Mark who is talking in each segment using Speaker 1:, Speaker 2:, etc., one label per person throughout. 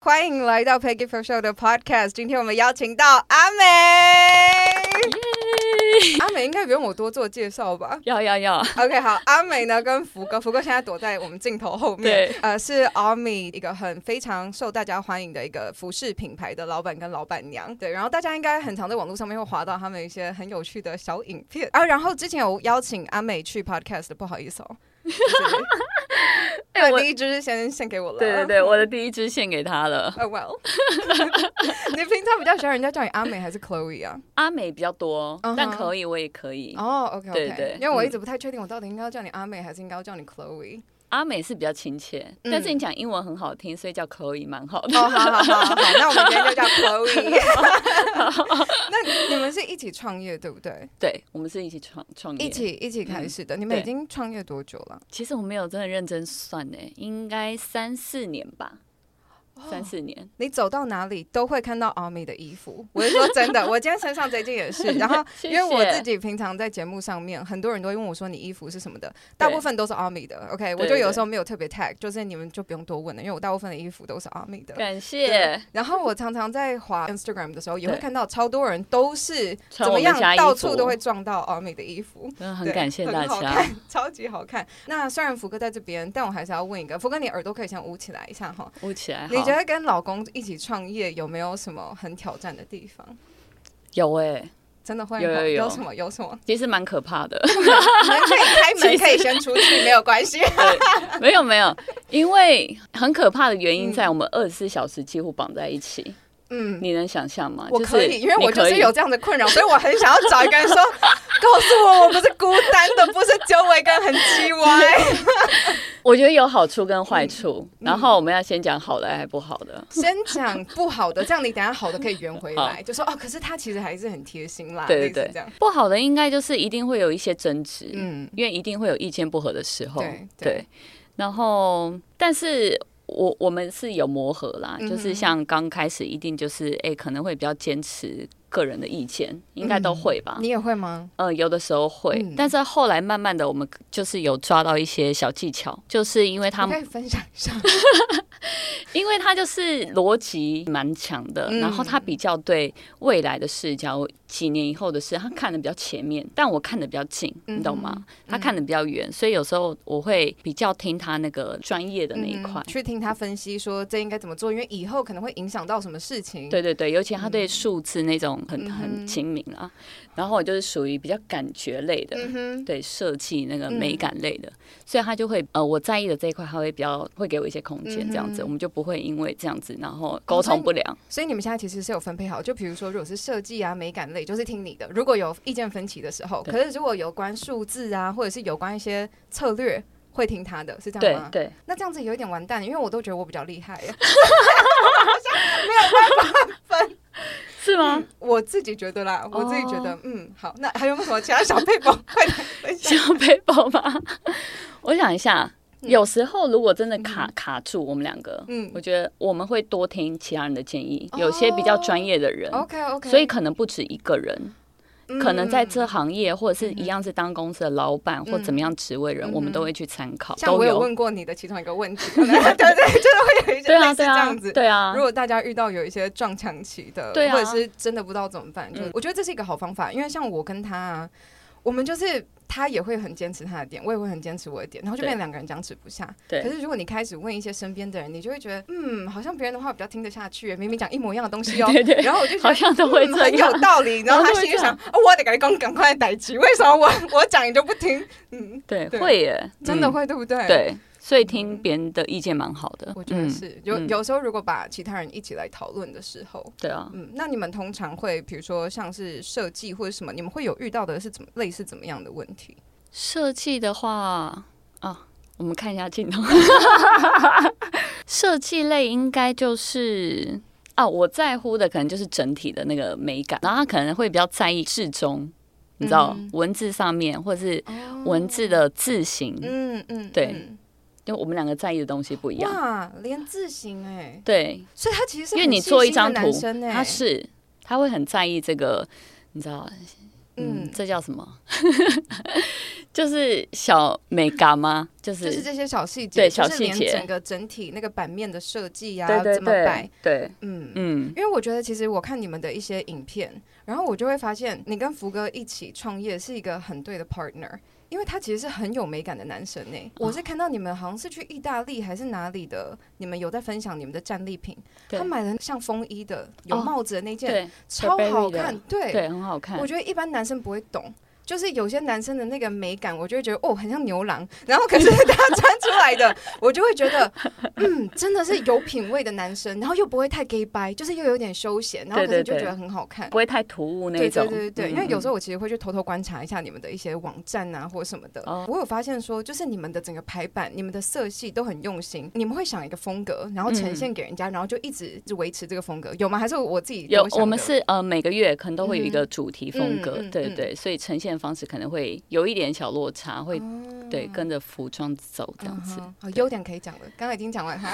Speaker 1: 欢迎来到 Peggy For Show 的 Podcast。今天我们邀请到阿美，
Speaker 2: 嗯
Speaker 1: 阿美应该不用我多做介绍 吧
Speaker 2: 要要要，
Speaker 1: ？OK，好，阿美呢跟福哥，福哥现在躲在我们镜头后面
Speaker 2: 对，
Speaker 1: 呃，是 Army 一个很非常受大家欢迎的一个服饰品牌的老板跟老板娘。对，然后大家应该很常在网络上面会滑到他们一些很有趣的小影片啊。然后之前有邀请阿美去 Podcast，的不好意思哦。 就是那
Speaker 2: 哎我
Speaker 1: 第一支先献给我了。
Speaker 2: 对对对，我的第一支献给他了。
Speaker 1: Oh well，你平常比较喜欢人家叫你阿美还是 Chloe 啊？
Speaker 2: 阿美比较多
Speaker 1: 嗯哼
Speaker 2: 但可以，我也可以。
Speaker 1: 哦、o k OK，
Speaker 2: 对对
Speaker 1: 因为我一直不太确定我到底应该要叫你阿美还是应该要叫你 Chloe。
Speaker 2: 阿美是比较亲切，
Speaker 1: 嗯
Speaker 2: 但是你讲英文很好听，所以叫 Chloe 蛮好
Speaker 1: 哦、
Speaker 2: 的。
Speaker 1: 好好好好，那我们今天就叫 Chloe。那你们是一起创业对不对？
Speaker 2: 对，我们是一起创创业。嗯
Speaker 1: 一起一起开始的，你们已经创业多久了？
Speaker 2: 其实我没有真的认真算呢，应该三四年吧，
Speaker 1: 哦
Speaker 2: 三四年。
Speaker 1: 你走到哪里都会看到阿美的衣服，我是说真 的，我今天身上这件也是。然后
Speaker 2: 谢
Speaker 1: 因
Speaker 2: 谢
Speaker 1: 为我自己平常在节目上面，很多人都会问我说你衣服是什么的，大部分都是阿美的。OK，我就有时候没有特别 tag，就是你们就不用多问了，因为我大部分的衣服都是阿美的。
Speaker 2: 感
Speaker 1: 对
Speaker 2: 谢，
Speaker 1: 然后我常常在滑 Instagram 的时候，也会
Speaker 2: 对
Speaker 1: 看到超多人都是怎
Speaker 2: 穿
Speaker 1: 么
Speaker 2: 我们
Speaker 1: 样
Speaker 2: 家，衣服
Speaker 1: 到处都会撞到阿美的衣服。
Speaker 2: 真的很
Speaker 1: 对
Speaker 2: 感谢大
Speaker 1: 很好
Speaker 2: 家。
Speaker 1: 看，超级好看。那虽然福哥在这边，但我还是要问一个，福哥，你耳朵可以先捂起来一下哈。
Speaker 2: 捂起来好，
Speaker 1: 你觉得跟老公一起创业有没有什么很挑战的地方？
Speaker 2: 有哎、
Speaker 1: 真的会
Speaker 2: 有
Speaker 1: 吗
Speaker 2: 有有
Speaker 1: 有什么有什么？
Speaker 2: 其实蛮可怕的。
Speaker 1: 你们可以开门，
Speaker 2: 其实
Speaker 1: 可以先出去，没有关 系。
Speaker 2: 对，没有没有，因为很可怕的原因在
Speaker 1: 嗯
Speaker 2: 我们二十四小时几乎绑在一起，
Speaker 1: 嗯，
Speaker 2: 你能想象吗？
Speaker 1: 我
Speaker 2: 啊就是
Speaker 1: 可以，因为我
Speaker 2: 你
Speaker 1: 就
Speaker 2: 可
Speaker 1: 是
Speaker 2: 以
Speaker 1: 有这样的困扰，所以我很想要找一个 人说，告诉我我不是孤单的，不是只有我一个人很叽歪。
Speaker 2: 我觉得有好处跟
Speaker 1: 嗯
Speaker 2: 坏处，然后我们要先讲好的还不好的。
Speaker 1: 先讲不好的，这样你等一下好的可以圆回来，就说哦，可是他其实还是很贴心啦，
Speaker 2: 对
Speaker 1: 啊类似
Speaker 2: 对
Speaker 1: 这
Speaker 2: 对
Speaker 1: 样。，
Speaker 2: 不好的应该就是一定会有一些争执，
Speaker 1: 嗯
Speaker 2: 因为一定会有意见不合的时候。
Speaker 1: 对对
Speaker 2: 对，然后但是。我我们是有磨合啦，
Speaker 1: 嗯哼
Speaker 2: 就是像刚开始一定就是哎、可能会比较坚持个人的意见，应该都会吧。
Speaker 1: 你也会吗？
Speaker 2: 呃，有的时候会，
Speaker 1: 嗯
Speaker 2: 但是后来慢慢的，我们就是有抓到一些小技巧，就是因为他
Speaker 1: 你可
Speaker 2: 们，
Speaker 1: 以分享一下。
Speaker 2: 因为他就是逻辑蛮强的，
Speaker 1: 嗯
Speaker 2: 然后他比较对未来的视角，几年以后的事，他看的比较前面，但我看的比较近，
Speaker 1: 嗯
Speaker 2: 你懂吗？他看的比较远，所以有时候我会比较听他那个专业的那一块
Speaker 1: 嗯，去听他分析说这应该怎么做，因为以后可能会影响到什么事情。
Speaker 2: 对对对，尤其他对数字那种很
Speaker 1: 嗯哼
Speaker 2: 很精明啊，然后我就是属于比较感觉类的，
Speaker 1: 嗯哼，
Speaker 2: 对设计那个美感类的，所以他就会呃我在意的这一块，他会比较会给我一些空间，这样子、
Speaker 1: 嗯哼
Speaker 2: 我们就不会因为这样子然后
Speaker 1: 哦
Speaker 2: 沟
Speaker 1: 所以
Speaker 2: 通不良。
Speaker 1: 所以你们现在其实是有分配好，就比如说，如果是设计啊、美感类，就是听你的；如果有意见分歧的时候，
Speaker 2: 对
Speaker 1: 可是如果有关数字啊，或者是有关一些策略，会听他的，是这
Speaker 2: 对
Speaker 1: 样吗？
Speaker 2: 对，
Speaker 1: 那这样子有一点完蛋，因为我都觉得我比较厉 害耶。
Speaker 2: 是吗？
Speaker 1: 我自己觉得啦，我自己觉得，
Speaker 2: 哦
Speaker 1: 嗯，好，那还有没有什么其他小配宝？快 点分享。
Speaker 2: 小背包吗？ 我想一下，有时候如果真的卡、卡住我们两个，
Speaker 1: 嗯
Speaker 2: 我觉得我们会多听其他人的建议，有些比较专业的人。
Speaker 1: 哦 OK OK，
Speaker 2: 所以可能不止一个人，
Speaker 1: 嗯
Speaker 2: 可能在这行业或者是一样是当公司的老板、或怎么样职位人，
Speaker 1: 嗯
Speaker 2: 我们都会去参考，
Speaker 1: 像我
Speaker 2: 都
Speaker 1: 有问过你的其中一个问题，可能对对，就是 会有一些
Speaker 2: 对
Speaker 1: 类
Speaker 2: 啊
Speaker 1: 似这
Speaker 2: 对啊
Speaker 1: 样子。
Speaker 2: 对啊
Speaker 1: 如，果大家遇到有一些撞墙期的，
Speaker 2: 对啊
Speaker 1: 或者是真的不知道怎么办，就、
Speaker 2: 嗯
Speaker 1: 我觉得这是一个好方法，因为像我跟他、啊，我们就是他也会很坚持他的点，我也会很坚持我的点，然后就
Speaker 2: 对
Speaker 1: 变成两个人僵持不下。
Speaker 2: 对
Speaker 1: 可是如果你开始问一些身边的人，你就会觉得，嗯，好像别人的话比较听得下去，明明讲一模一样的东西哦、
Speaker 2: 对对
Speaker 1: 然后我就觉
Speaker 2: 好
Speaker 1: 得。
Speaker 2: 像都会
Speaker 1: 嗯
Speaker 2: 这
Speaker 1: 很
Speaker 2: 样
Speaker 1: 有。道理，然后他心里 想：哦、我得赶紧赶快逮鸡，为什么我我讲你就不听？嗯，
Speaker 2: 对，
Speaker 1: 对
Speaker 2: 会耶，
Speaker 1: 真的
Speaker 2: 嗯、
Speaker 1: 会，对不对？，
Speaker 2: 对，所以听别人的意见蛮好的，
Speaker 1: 我觉得
Speaker 2: 嗯
Speaker 1: 是。有
Speaker 2: 嗯
Speaker 1: 有时候如果把其他人一起来讨论的时候，
Speaker 2: 对啊。
Speaker 1: 嗯，那你们通常会，比如说像是设计或者什么，你们会有遇到的是怎么类似怎么样的问题？
Speaker 2: 设计的话啊，我们看一下镜头。 设计类应该就是啊，我在乎的可能就是整体的那个美感，然后他可能会比较在意字中，你知道、
Speaker 1: 嗯哦
Speaker 2: 文字上面或是文字的字形，
Speaker 1: 嗯嗯，
Speaker 2: 对
Speaker 1: 嗯
Speaker 2: 因为我们两个在意的东西不一样。
Speaker 1: 哇，连字形哎，
Speaker 2: 对，
Speaker 1: 所以他其实是
Speaker 2: 因为
Speaker 1: 很
Speaker 2: 你
Speaker 1: 细
Speaker 2: 做一
Speaker 1: 心的
Speaker 2: 张
Speaker 1: 男
Speaker 2: 图
Speaker 1: 生哎，
Speaker 2: 他是他会很在意这个，你知道嗯
Speaker 1: 嗯，，
Speaker 2: 这叫什么？ 就是小美嘎吗？就是
Speaker 1: 就是这些小细节，
Speaker 2: 对
Speaker 1: 就
Speaker 2: 小
Speaker 1: 是
Speaker 2: 细
Speaker 1: 连
Speaker 2: 节
Speaker 1: 整个整体那个版面的设计呀、
Speaker 2: 对对
Speaker 1: 怎么摆
Speaker 2: 对，对，
Speaker 1: 嗯。
Speaker 2: 嗯，
Speaker 1: 因为我觉得，其实我看你们的一些影片，然后我就会发现，你跟福哥一起创业是一个很对的 partner，因为他其实是很有美感的男生呢、
Speaker 2: 哦
Speaker 1: 我是看到你们好像是去意大利还是哪里的，你们有在分享你们的战利品，
Speaker 2: 对
Speaker 1: 他买了像风衣的、有
Speaker 2: 哦
Speaker 1: 帽子的那件，
Speaker 2: 对
Speaker 1: 超好
Speaker 2: Burberry 的
Speaker 1: 看，对，
Speaker 2: 对，很好看
Speaker 1: 我。觉得一般男生不会懂。就是有些男生的那个美感，我就会觉得哦，很像牛郎。然后可是他穿出来的， 我就会觉得，嗯，真的是有品味的男生，然后又不会太 gay 掰，就是又有点休闲，然后可是
Speaker 2: 对对
Speaker 1: 就
Speaker 2: 对
Speaker 1: 觉得很好看。
Speaker 2: 不会太突兀那
Speaker 1: 对
Speaker 2: 种
Speaker 1: 对，对对对，
Speaker 2: 嗯
Speaker 1: 因为有时
Speaker 2: 嗯
Speaker 1: 候我其实会去偷偷观察一下你们的一些网站啊或什么的，
Speaker 2: 哦
Speaker 1: 我有发现说，就是你们的整个排版、你们的色系都很用心，你们会想一个风格，然后呈
Speaker 2: 嗯
Speaker 1: 现给人家，然后就一直维持这个风格，有吗？还是我自己
Speaker 2: 有
Speaker 1: 多想
Speaker 2: 我们
Speaker 1: 的
Speaker 2: 是呃每个月可能都会有一
Speaker 1: 嗯
Speaker 2: 个
Speaker 1: 哼
Speaker 2: 主题风格，
Speaker 1: 嗯嗯
Speaker 2: 对
Speaker 1: 嗯
Speaker 2: 对，所以呈现方式可能会有一点小落差，会、对跟着服装走这样
Speaker 1: 哦嗯
Speaker 2: 子。
Speaker 1: 哼好优点可以讲了，刚刚已经讲完它。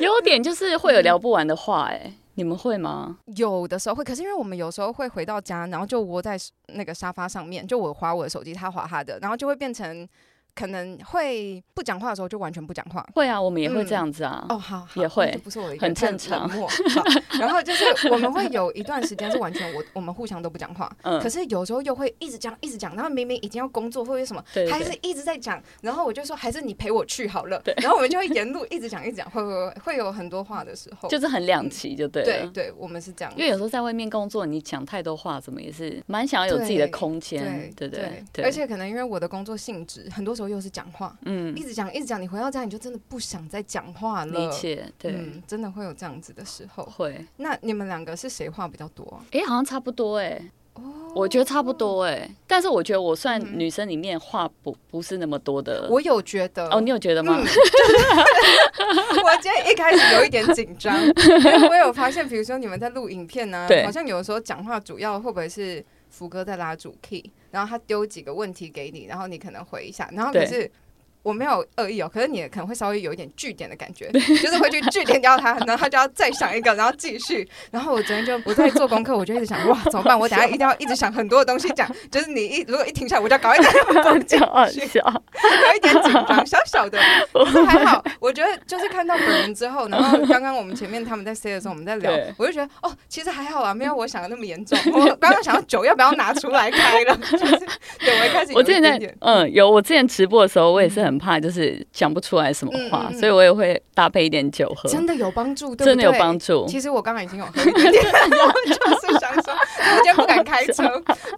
Speaker 2: 优点就是会有聊不完的话、
Speaker 1: 嗯
Speaker 2: 哎，你们会吗？
Speaker 1: 有的时候会，可是因为我们有时候会回到家，然后就窝在那个沙发上面，就我划我的手机，他划他的，然后就会变成可能会不讲话的时候就完全不讲话。
Speaker 2: 会啊，我们也会
Speaker 1: 嗯
Speaker 2: 这样子啊。
Speaker 1: 哦，好，好
Speaker 2: 也会
Speaker 1: 那就不是我的一个
Speaker 2: 很正
Speaker 1: 太冷
Speaker 2: 常
Speaker 1: 漠。好然后就是我们会有一段时间是完全我我们互相都不讲 话，
Speaker 2: 嗯
Speaker 1: 可，是有时候又会一直讲一直讲，然后明明已经要工作或者什么，
Speaker 2: 对对
Speaker 1: 还
Speaker 2: 对
Speaker 1: 是一直在讲，然后我就说还是你陪我去好了
Speaker 2: 对，
Speaker 1: 然后我们就会沿路一直讲一直讲，会会会会有很多话的时 候，
Speaker 2: 就是很两极就对了。
Speaker 1: 哦对对，我们是这样子，
Speaker 2: 因为有时候在外面工作，你讲太多话，怎么也是蛮想要有自己的空间，对不对对。
Speaker 1: 而且可能因为我的工作性质，很多时候又是讲话，
Speaker 2: 嗯
Speaker 1: 一，直讲一直讲，你回到家你就真的不想再讲话了。
Speaker 2: 理解对
Speaker 1: 嗯，真的会有这样子的时候。
Speaker 2: 会。
Speaker 1: 那你们两个是谁话比较多啊？
Speaker 2: 哎、好像差不多哎、
Speaker 1: 哦
Speaker 2: 我觉得差不多哎、但是我觉得我算女生里面话不不是那么多的。
Speaker 1: 嗯我嗯有觉得
Speaker 2: 呃哦，你有觉得 吗？
Speaker 1: 我今天一开始有一点紧张， 因为我有发现，比如说你们在录影片呢、
Speaker 2: 对
Speaker 1: 好像有的时候讲话主要会不会是福哥在拉主 key，然后他丢几个问题给你，然后你可能回一下，然后可
Speaker 2: 对
Speaker 1: 是。我没有恶意哦，可是你可能会稍微有一点据点的感觉， 就是会去据点掉 他，然后他就要再想一个，然后继续。然后我昨天就我在做功课，我就一直想哇怎么办？我等下一定要一直想很多的东西讲，就是你一如果一停下来，我就要赶 快
Speaker 2: 就好笑。
Speaker 1: 有一点紧张，小小 的，但是还好。我觉得就是看到本人之后，然 后刚刚我们前面他们在 say 的时候，我们在聊
Speaker 2: 对，
Speaker 1: 我就觉得哦，其实还好啊，没有我想的那么严重。我刚刚想要酒要不要拿出来开了， 就是对我一开始有
Speaker 2: 我
Speaker 1: 一
Speaker 2: 之前在
Speaker 1: 点点
Speaker 2: 嗯有，我之前直播的时候，我也是很怕，就是讲不出来什么话，
Speaker 1: 嗯嗯嗯
Speaker 2: 所以我也会搭配一点酒喝，
Speaker 1: 真的有帮助，对不对？
Speaker 2: 呃真的有帮助。
Speaker 1: 其实我刚刚已经有喝一点点，然后就是想说，我今天不敢开 车，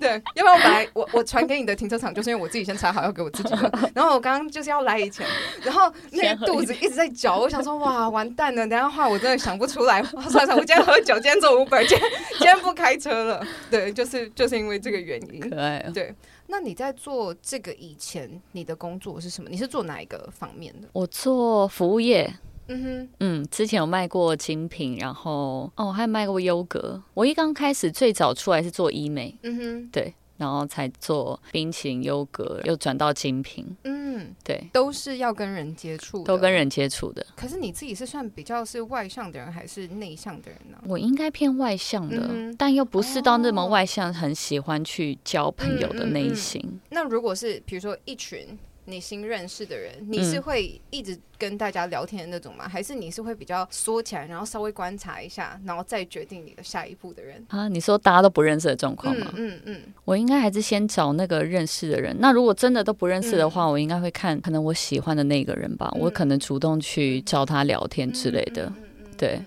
Speaker 1: 对，要不然我本来我我传给你的停车场，就是因为我自己先查好要给我自己的，然后我刚刚就是要来以前，然后那个肚子一直在绞，我想说哇完蛋了，等一下话我真的想不出来，哇算了算了，我今天喝酒，今天做 Uber，今 天今天不开车了，对，就是就是因为这个原因。
Speaker 2: 可爱哦。
Speaker 1: 对，那你在做这个以前，你的工作是什么？你是做哪一个方面的？
Speaker 2: 我做服务业，
Speaker 1: 嗯哼，
Speaker 2: 嗯，之前有卖过精品，然后哦，我还卖过优格。我一刚开始最早出来是做医美，
Speaker 1: 嗯哼，
Speaker 2: 然后才做冰淇淋、优格，又转到精品，
Speaker 1: 嗯，
Speaker 2: 对，
Speaker 1: 都是要跟人接触的，
Speaker 2: 都跟人接触的。
Speaker 1: 可是你自己是算比较是外向的人还是内向的人呢、
Speaker 2: 我应该偏外向的，
Speaker 1: 嗯哼
Speaker 2: 但又不是到那么
Speaker 1: 哦
Speaker 2: 外向，很喜欢去交朋友的
Speaker 1: 嗯嗯
Speaker 2: 那一
Speaker 1: 嗯
Speaker 2: 型。
Speaker 1: 那如果是比如说一群你新认识的人，你
Speaker 2: 嗯
Speaker 1: 是会一直跟大家聊天的那种吗？还是你是会比较缩起来，然后稍微观察一下，然后再决定你的下一步的人？
Speaker 2: 啊，你说大家都不认识的状况
Speaker 1: 嗯
Speaker 2: 吗？
Speaker 1: 嗯嗯，
Speaker 2: 我应该还是先找那个认识的人。那如果真的都不认识的
Speaker 1: 嗯
Speaker 2: 话，我应该会看可能我喜欢的那个人吧，我可能主动去找他聊天之类
Speaker 1: 嗯
Speaker 2: 的。对，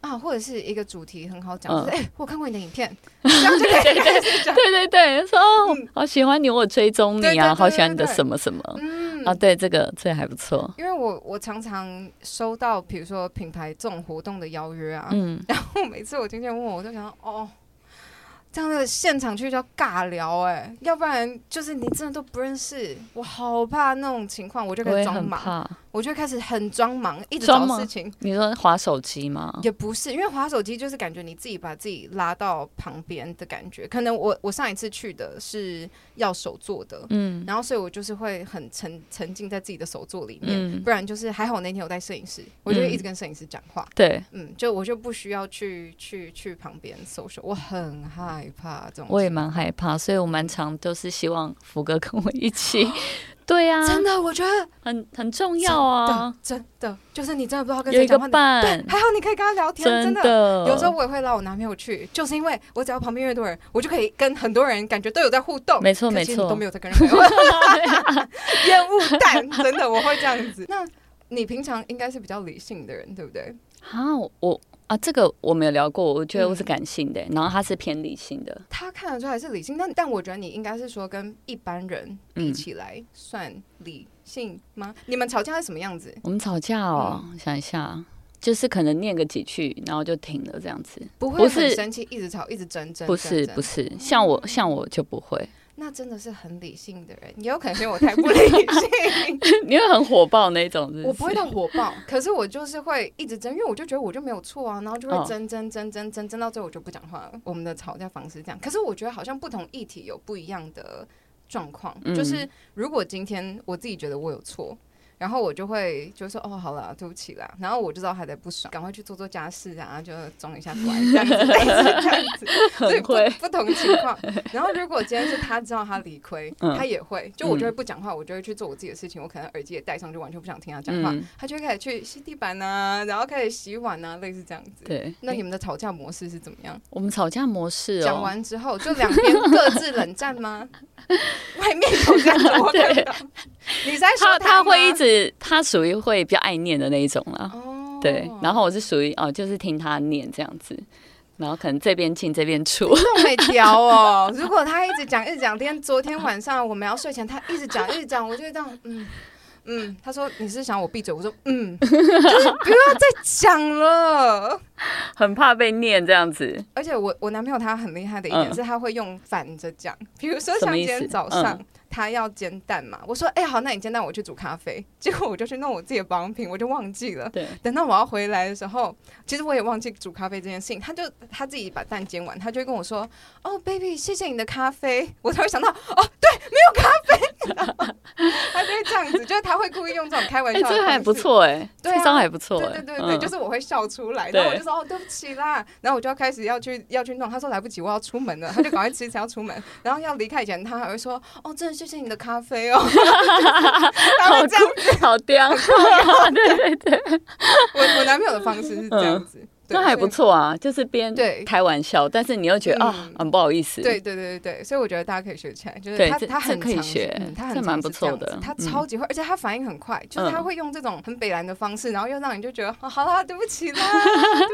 Speaker 1: 啊，或者是一个主题很好讲，
Speaker 2: 嗯
Speaker 1: 就是哎、我看过你的影 片，这样就可以开始讲。
Speaker 2: 对对对，说哦，好喜欢你，我有追踪你
Speaker 1: 嗯对对对
Speaker 2: 啊，好
Speaker 1: 对
Speaker 2: 喜欢你的
Speaker 1: 对
Speaker 2: 什么什么
Speaker 1: 嗯
Speaker 2: 啊，对，这个这个还不错。
Speaker 1: 因为我我常常收到，比如说品牌这种活动的邀约啊，
Speaker 2: 嗯，
Speaker 1: 然后每次我经纪人问我，我就想到哦，这样的现场去叫尬聊哎、要不然就是你真的都不认识，我好怕那种情况，我就
Speaker 2: 我
Speaker 1: 开始
Speaker 2: 也
Speaker 1: 装
Speaker 2: 很
Speaker 1: 忙。
Speaker 2: 怕，
Speaker 1: 我就开始很装忙，一直
Speaker 2: 装
Speaker 1: 找
Speaker 2: 忙嗯
Speaker 1: 事情。
Speaker 2: 你说划手机吗？
Speaker 1: 也不是，因为滑手机就是感觉你自己把自己拉到旁边的感觉。可能我我上一次去的是要手做的，嗯，然后所以我就是会很沉沉浸在自己的手作里面，
Speaker 2: 嗯
Speaker 1: 不然就是还好那天有带摄影师，我就会一直跟摄影师讲话，
Speaker 2: 对，
Speaker 1: 嗯就我就不需要去去去旁边搜索，我很害怕这种事，
Speaker 2: 我也蛮害怕，所以我蛮常都是希望福哥跟我一起。 对啊，
Speaker 1: 哦真的，我觉得
Speaker 2: 很很重要啊，
Speaker 1: 真的就是你真的不知道跟
Speaker 2: 有
Speaker 1: 谁
Speaker 2: 一个
Speaker 1: 讲话，
Speaker 2: 伴，
Speaker 1: 还好你可以跟他聊天，
Speaker 2: 真
Speaker 1: 真的。有时候我也会拉我男朋友去，就是因为我只要旁边越多人，我就可以跟很多人感觉都有在互动。
Speaker 2: 没错
Speaker 1: 可
Speaker 2: 没
Speaker 1: 惜你
Speaker 2: 错
Speaker 1: 都没有在跟人互动， 烟雾弹，真的我会这样子。那你平常应该是比较理性的人，对不对？
Speaker 2: 啊，我我啊，这个我没有聊过，我觉得我是
Speaker 1: 嗯
Speaker 2: 感性的、然后他是偏理性的，
Speaker 1: 他看得出来是理性，但但我觉得你应该是说跟一般人比
Speaker 2: 嗯。
Speaker 1: 起来算理性吗？你们吵架是什么样子？
Speaker 2: 我们吵架哦，
Speaker 1: 嗯
Speaker 2: 想一下，就是可能念个几句，然后就停了这样子。
Speaker 1: 不
Speaker 2: 不
Speaker 1: 会
Speaker 2: 是
Speaker 1: 很生气，一直吵，一直争争？
Speaker 2: 不是不
Speaker 1: 是，
Speaker 2: 是，像
Speaker 1: 嗯
Speaker 2: 我像我就不会，
Speaker 1: 那真的是很理性的人，也有可能是因为我太不理性。
Speaker 2: 你会很火爆那一种是是
Speaker 1: 我不会到火爆，可是我就是会一直争，因为我就觉得我就没有错啊，然后就会争争争争争争到最后我就不讲话了。我们的吵架方式这样，可是我觉得好像不同议题有不一样的状况，
Speaker 2: 嗯
Speaker 1: 就是如果今天我自己觉得我有错。然后我就会就说哦，好啦，对不起啦。然后我就知道他在不爽，赶快去做做家事啊，就装一下乖，这样子，类似这样子。对，
Speaker 2: 很会。
Speaker 1: 不不同情况。然后如果今天是他知道他理亏，
Speaker 2: 嗯
Speaker 1: 他也会，就我就会不讲话，我就会去做我自己的事情，我可能耳机也戴上，就完全不想听他讲话，
Speaker 2: 嗯
Speaker 1: 他就会开始去吸地板啊，然后开始洗碗啊，类似这样子。
Speaker 2: 对，
Speaker 1: 那你们的吵架模式是怎么样？
Speaker 2: 我们吵架模式
Speaker 1: 讲、
Speaker 2: 哦，
Speaker 1: 完之后就两边各自冷战吗？外面有这样子， 我看到。你是在说
Speaker 2: 他他
Speaker 1: 吗
Speaker 2: 会一直，他属于会比较爱念的那一种啦。
Speaker 1: 哦，
Speaker 2: 对，然后我是属于哦，就是听他念这样子，然后可能这边进这边出。
Speaker 1: 都没调哦。如果他一直讲一直讲，今天昨天晚上我们要睡前，他一直讲一直讲，我就会这样，嗯嗯。他说你是想我闭嘴？我说嗯，就是不要再讲了。
Speaker 2: 很怕被念这样子。
Speaker 1: 而且我我男朋友他很厉害的一点
Speaker 2: 嗯
Speaker 1: 是，他会用反着讲，比如说
Speaker 2: 什
Speaker 1: 像
Speaker 2: 么意
Speaker 1: 今
Speaker 2: 思嗯
Speaker 1: 天早上。他要煎蛋嘛？我说，哎、好，那你煎蛋，我去煮咖啡。 结果我就去弄我自己的保养品，我就忘记了。
Speaker 2: 对，
Speaker 1: 等到我要回来的时候，其实我也忘记煮咖啡这件事情。他就他自己把蛋煎完，他就会跟我说：“哦、b a b y 谢谢你的咖啡。” 我才会想到，哦，对， 没有咖啡。然后他就会这样子，就是他会故意用这种开玩
Speaker 2: 哎、
Speaker 1: 笑的方式。
Speaker 2: 这个还不错哎、
Speaker 1: 对啊
Speaker 2: 这招还不错
Speaker 1: 对
Speaker 2: 哎、
Speaker 1: 对对对，
Speaker 2: 嗯
Speaker 1: 就是我会笑出来，
Speaker 2: 对
Speaker 1: 然后我就说哦对不起啦，然后我就要开始要去要去弄，他说来不及，我要出门了，他就赶快吃一吃要出门， 然后要离开以前，他还会说哦真的谢谢你的咖啡 哦，他
Speaker 2: 好
Speaker 1: 会这样，
Speaker 2: 酷，好刁， 对对对，
Speaker 1: 我我男朋友的方式是这样子，对
Speaker 2: 嗯那还不。
Speaker 1: 所以
Speaker 2: 错啊，就是边
Speaker 1: 对
Speaker 2: 开玩笑，但是你又觉得啊
Speaker 1: 嗯，
Speaker 2: 很不好意思，
Speaker 1: 对，对对对对，所以我觉得大家可以学起来，就是
Speaker 2: 对
Speaker 1: 他
Speaker 2: 这
Speaker 1: 他很
Speaker 2: 这可以
Speaker 1: 常是
Speaker 2: 学
Speaker 1: 嗯他很
Speaker 2: 这
Speaker 1: 常
Speaker 2: 蛮
Speaker 1: 是
Speaker 2: 不
Speaker 1: 这样
Speaker 2: 错
Speaker 1: 子
Speaker 2: 的
Speaker 1: 他
Speaker 2: 嗯
Speaker 1: 超级会，而且他反应很快，就是他
Speaker 2: 嗯
Speaker 1: 会用这种很北蓝的方式，然后又让你就觉得、哦、好啦，对不起啦，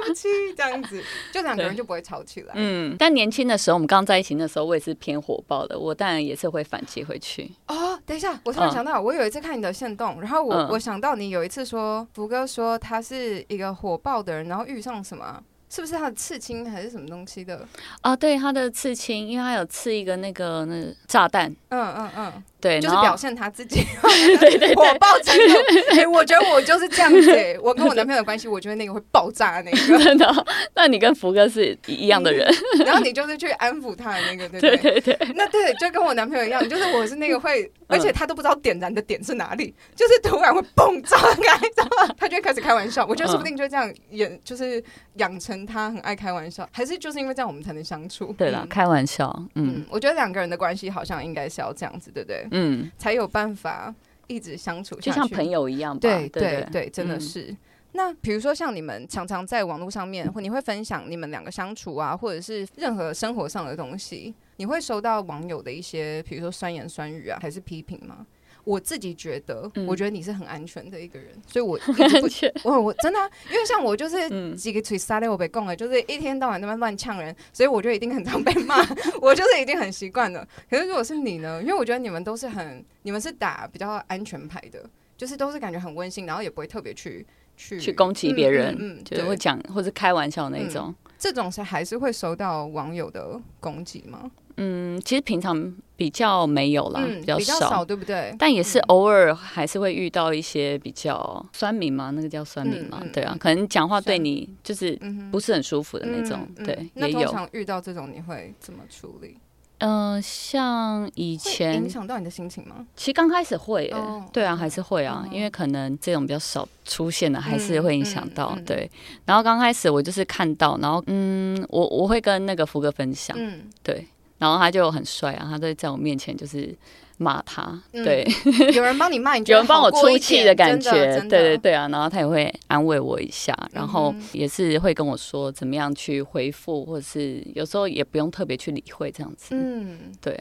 Speaker 1: 对不起这样子，就两个人
Speaker 2: 对
Speaker 1: 就不会吵起来。
Speaker 2: 嗯。但年轻的时候，我们刚在一起那时候，我也是偏火爆的，我当然也是会反击回去。
Speaker 1: 哦，等一下，我突然
Speaker 2: 嗯
Speaker 1: 想到，我有一次看你的线动，然后我、
Speaker 2: 嗯
Speaker 1: 我想到你有一次说福哥说他是一个火爆的人，然后遇上什么啊、是不是他的刺青还是什么东西的？
Speaker 2: 啊，对，他的刺青，因为他有刺一个那个那个炸弹，
Speaker 1: 嗯嗯嗯，
Speaker 2: 对，
Speaker 1: 就
Speaker 2: 然
Speaker 1: 是
Speaker 2: 后
Speaker 1: 表现他自己
Speaker 2: 对对
Speaker 1: 火
Speaker 2: 对，
Speaker 1: 爆程度。 哎、我觉得我就是这样子、哎我跟我男朋友的关系，我觉得那个会爆炸的那 个。
Speaker 2: 真的哦。那你跟福哥是一样的人，
Speaker 1: 然后你就是去安抚他的那个，嗯对不 对？
Speaker 2: 对对对，
Speaker 1: 那对，就跟我男朋友一样，就是我是那个会，
Speaker 2: 嗯
Speaker 1: 而且他都不知道点燃的点是哪里，就是突然会蹦炸开，然后他就会开始开玩笑。我觉得说不定就这样演，就是养成他很爱开玩笑，还是就是因为这样我们才能相处。
Speaker 2: 对啦，
Speaker 1: 嗯
Speaker 2: 开玩笑，嗯
Speaker 1: 嗯，我觉得两个人的关系好像应该是要这样子，对不对？
Speaker 2: 嗯。
Speaker 1: 才有办法一直相处
Speaker 2: 就
Speaker 1: 下去，
Speaker 2: 像朋友一样吧。
Speaker 1: 对
Speaker 2: 对
Speaker 1: 对对，真的
Speaker 2: 嗯
Speaker 1: 是。那比如说像你们常常在网络上面，或你会分享你们两个相处啊，或者是任何生活上的东西，你会收到网友的一些，比如说酸言酸语啊，还是批评吗？我自己觉得，我
Speaker 2: 嗯，
Speaker 1: 觉得你是很安全的一个人，所以我一直不
Speaker 2: 确
Speaker 1: 我我真的啊、因为像我就是
Speaker 2: 嗯
Speaker 1: 几个嘴撒的，我被供了，就是一天到晚那边乱呛人，所以我就一定很常被 骂，我就是已经很习惯了。可是如果是你呢？因为我觉得你们都是很，你们是打比较安全牌的，就是都是感觉很温馨，然后也不会特别去去
Speaker 2: 去攻击别人，
Speaker 1: 嗯，嗯嗯
Speaker 2: 就是
Speaker 1: 对嗯
Speaker 2: 会讲或是开玩笑那一种。
Speaker 1: 这种是还是会收到网友的攻击吗？
Speaker 2: 嗯，其实平常比较没有啦，
Speaker 1: 嗯，
Speaker 2: 比
Speaker 1: 比
Speaker 2: 较少，
Speaker 1: 少，对不对？
Speaker 2: 但也是
Speaker 1: 嗯
Speaker 2: 偶尔还是会遇到一些比较酸民嘛，那个叫酸民嘛，
Speaker 1: 嗯嗯
Speaker 2: 对啊
Speaker 1: 嗯，
Speaker 2: 可能讲话对
Speaker 1: 酸
Speaker 2: 你就是
Speaker 1: 嗯哼
Speaker 2: 不是很舒服的那种，
Speaker 1: 嗯嗯
Speaker 2: 对，
Speaker 1: 那
Speaker 2: 也
Speaker 1: 通
Speaker 2: 有。
Speaker 1: 常遇到这种，你会怎么处理？
Speaker 2: 嗯、像以
Speaker 1: 会
Speaker 2: 前
Speaker 1: 影响到你的心情吗？
Speaker 2: 其实刚开始会、欸，
Speaker 1: 哦
Speaker 2: 对啊，还是会啊，
Speaker 1: 嗯
Speaker 2: 因为可能这种比较少出现的，还是
Speaker 1: 嗯
Speaker 2: 会影响到、
Speaker 1: 嗯嗯
Speaker 2: 对。然后刚开始我就是看到，然后嗯，我我会跟那个福哥分享，
Speaker 1: 嗯，
Speaker 2: 对，然后他就很帅啊，他就在我面前就是骂他，
Speaker 1: 嗯
Speaker 2: 对，
Speaker 1: 有人帮你 骂你，
Speaker 2: 有人帮我出气
Speaker 1: 的
Speaker 2: 感觉，对对
Speaker 1: 对，
Speaker 2: 对啊，然后他也会安慰我一下，然后
Speaker 1: 嗯哼
Speaker 2: 也是会跟我说怎么样去回复，或者是有时候也不用特别去理会这样子，
Speaker 1: 嗯，
Speaker 2: 对。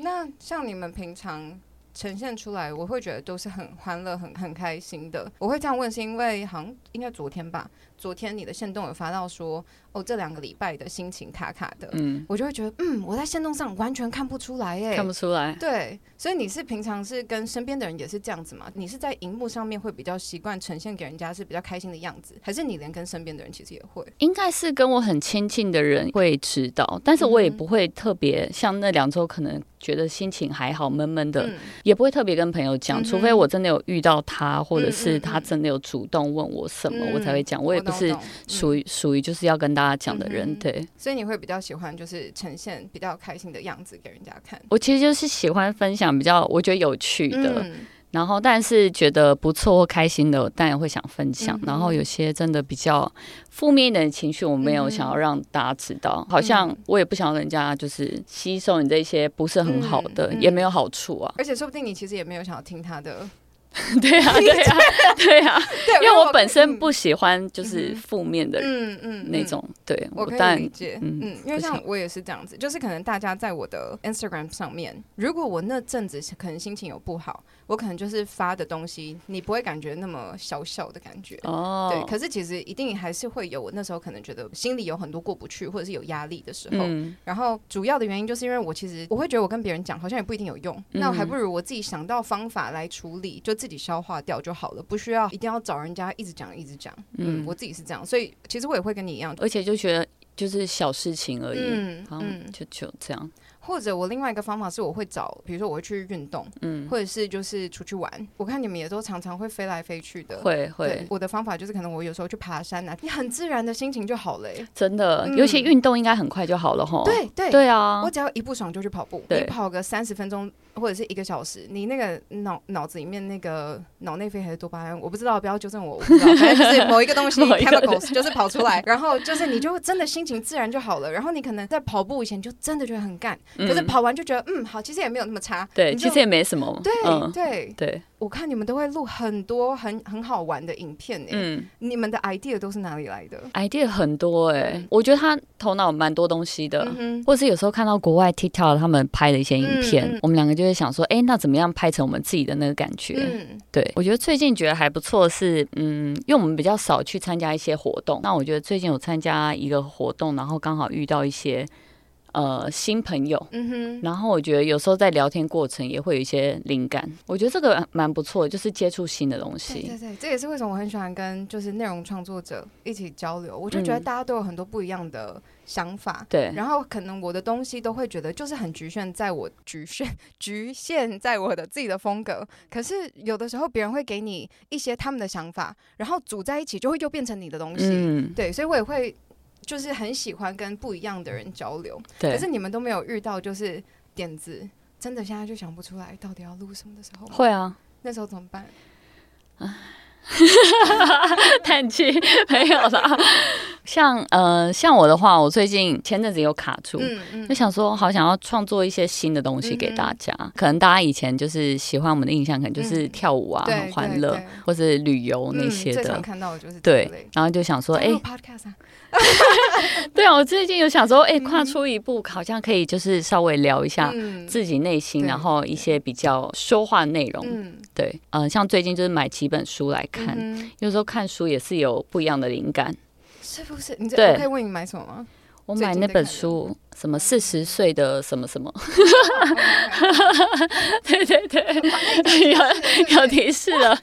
Speaker 1: 那像你们平常。呈现出来，我会觉得都是很欢乐、很很开心的。我会这样问，是因为好像应该昨天吧，昨天你的线动有发到说，哦，这两个礼拜的心情卡卡的，
Speaker 2: 嗯，
Speaker 1: 我就会觉得，嗯，我在线动上完全看不出来耶，
Speaker 2: 看不出来，
Speaker 1: 对，所以你是平常是跟身边的人也是这样子吗？你是在荧幕上面会比较习惯呈现给人家是比较开心的样子，还是你连跟身边的人其实也会？
Speaker 2: 应该是跟我很亲近的人会知道，但是我也
Speaker 1: 嗯哼
Speaker 2: 不会特别像那两周，可能觉得心情还好，闷闷的，
Speaker 1: 嗯
Speaker 2: 也不会特别跟朋友讲，
Speaker 1: 嗯哼
Speaker 2: 除非我真的有遇到他，或者
Speaker 1: 嗯
Speaker 2: 是
Speaker 1: 嗯
Speaker 2: 他真的有主动问我什么，
Speaker 1: 嗯
Speaker 2: 我才会讲。我也不是
Speaker 1: 懂
Speaker 2: 属
Speaker 1: 嗯
Speaker 2: 于属于就是要跟大家讲的人，
Speaker 1: 嗯哼
Speaker 2: 对
Speaker 1: 所以你会比较喜欢就是呈现比较开心的样子给人家看
Speaker 2: 我其实就是喜欢分享比较我觉得有趣的，
Speaker 1: 嗯
Speaker 2: 然后但是觉得不错或开心的，我当然会想分享
Speaker 1: 嗯。哼
Speaker 2: 然后有些真的比较负面一点的情绪，我没有
Speaker 1: 嗯哼
Speaker 2: 想要让大家知道，好
Speaker 1: 嗯
Speaker 2: 像我也不想要人家就是吸收你这些不是很好的，
Speaker 1: 嗯嗯。
Speaker 2: 也没有好处啊
Speaker 1: 而且说不定你其实也没有想要听他 的，嗯
Speaker 2: 对 啊，对啊，对啊，
Speaker 1: 对，
Speaker 2: 因为我
Speaker 1: 可
Speaker 2: 本身
Speaker 1: 嗯
Speaker 2: 不喜欢就是
Speaker 1: 嗯哼
Speaker 2: 负面的
Speaker 1: 嗯嗯
Speaker 2: 那
Speaker 1: 嗯
Speaker 2: 种，对
Speaker 1: 我可以
Speaker 2: 但
Speaker 1: 理解，
Speaker 2: 嗯
Speaker 1: 嗯因为
Speaker 2: 不
Speaker 1: 像
Speaker 2: 想
Speaker 1: 我也是这样子，就是可能大家在我的 Instagram 上面，如果我那阵子可能心情有不好，我可能就是发的东西，你不会感觉那么小小的感觉。
Speaker 2: 哦，
Speaker 1: 对，可是其实一定还是会有，我那时候可能觉得心里有很多过不去，或者是有压力的时候。
Speaker 2: 嗯
Speaker 1: 然后主要的原因就是因为我其实我会觉得我跟别人讲好像也不一定有用，那我还
Speaker 2: 嗯
Speaker 1: 不如我自己想到方法来处理，就自己消化掉就好了，不需要一定要找人家一直讲一直讲。嗯，
Speaker 2: 嗯
Speaker 1: 我自己是这样，所以其实我也会跟你一样，
Speaker 2: 而且就觉得就是小事情而已，
Speaker 1: 嗯
Speaker 2: 好像
Speaker 1: 嗯
Speaker 2: 就就这样，
Speaker 1: 或者我另外一个方法是，我会找，比如说我会去运动，
Speaker 2: 嗯，
Speaker 1: 或者是就是出去玩。我看你们也都常常会飞来飞去的。
Speaker 2: 会
Speaker 1: 对
Speaker 2: 会，。
Speaker 1: 我的方法就是可能我有时候去爬山啊，你很自然的心情就好了耶、
Speaker 2: 真的，
Speaker 1: 嗯
Speaker 2: 尤其运动应该很快就好了吼。
Speaker 1: 对对
Speaker 2: 对啊
Speaker 1: 我，只要一不爽就去跑步，
Speaker 2: 对
Speaker 1: 你跑个三十分钟或者是一个小时，你那个脑脑子里面那个脑内啡还是多巴胺，我不知道，不要纠正我，我不知道，反正就是某一个东西
Speaker 2: 某一个
Speaker 1: chemicals 就是跑出来，然后就是你就真的心情自然就好了。然后你可能在跑步以前就真的觉得很干，可是
Speaker 2: 嗯
Speaker 1: 跑完就觉得嗯好，其实也没有那么差。
Speaker 2: 对，
Speaker 1: 你
Speaker 2: 其
Speaker 1: 就
Speaker 2: 实也没什么。
Speaker 1: 对、
Speaker 2: 嗯，
Speaker 1: 对，
Speaker 2: 对，
Speaker 1: 我看你们都会录很多很很好玩的影片诶、
Speaker 2: 嗯
Speaker 1: 你们的 idea 都是哪里来的？
Speaker 2: ，idea 很多哎，我觉得他头脑蛮多东西的。
Speaker 1: 嗯哼，
Speaker 2: 或是有时候看到国外 TikTok 他们拍的一些影片，
Speaker 1: 嗯嗯
Speaker 2: 我们两个就会想说，哎、那怎么样拍成我们自己的那个感觉？
Speaker 1: 嗯
Speaker 2: 对，我觉得最近觉得还不错是，嗯，因为我们比较少去参加一些活动，那我觉得最近有参加一个活动，然后刚好遇到一些呃新朋友，
Speaker 1: 嗯哼，
Speaker 2: 然后我觉得有时候在聊天过程也会有一些灵感，我觉得这个蛮不错，就是接触新的东
Speaker 1: 对对
Speaker 2: 西。
Speaker 1: 对，这也是为什么我很喜欢跟就是内容创作者一起交流，我就觉得
Speaker 2: 嗯
Speaker 1: 大家都有很多不一样的想法。
Speaker 2: 对，
Speaker 1: 然后可能我的东西都会觉得就是很局限在我局限 局限在我的自己的风格，可是有的时候别人会给你一些他们的想法，然后组在一起就会又变成你的东西。
Speaker 2: 嗯，
Speaker 1: 对，所以我也会就是很喜欢跟不一样的人交流。可
Speaker 2: 对
Speaker 1: 是，你们都没有遇到就是点子，真的现在就想不出来到底要录什么的时候吗，
Speaker 2: 会啊，
Speaker 1: 那时候怎么办？
Speaker 2: 叹气没有啦。 像呃，像我的话，我最近前阵子有卡住，
Speaker 1: 嗯嗯
Speaker 2: 就想说好想要创作一些新的东西给大家。可能大家以前就是喜欢我们的印象，可能就是
Speaker 1: 嗯
Speaker 2: 跳舞啊，
Speaker 1: 对
Speaker 2: 很欢
Speaker 1: 对
Speaker 2: 乐
Speaker 1: 对，
Speaker 2: 或是旅游那
Speaker 1: 嗯
Speaker 2: 些
Speaker 1: 最
Speaker 2: 的
Speaker 1: 常。看到的就是这一
Speaker 2: 对
Speaker 1: 类，。
Speaker 2: 然后就想说，
Speaker 1: 加
Speaker 2: 哎、
Speaker 1: 入 podcast 啊，
Speaker 2: 对啊，我最近有想说，哎、
Speaker 1: 嗯
Speaker 2: 跨出一步，好像可以就是稍微聊一下
Speaker 1: 嗯
Speaker 2: 自己内心，
Speaker 1: 对
Speaker 2: 然后一些比较说话内容。
Speaker 1: 嗯，
Speaker 2: 对，嗯、像最近就是买几本书来看，
Speaker 1: 嗯哼
Speaker 2: 有时候看书也是有不一样的灵感。
Speaker 1: 是不是？你这
Speaker 2: 对
Speaker 1: 我可以问你买什么吗？
Speaker 2: 我
Speaker 1: 最
Speaker 2: 买
Speaker 1: 近
Speaker 2: 那
Speaker 1: 在
Speaker 2: 本
Speaker 1: 看的
Speaker 2: 书，什么四十岁的什么什么，
Speaker 1: 好
Speaker 2: 对对对，有有提示了，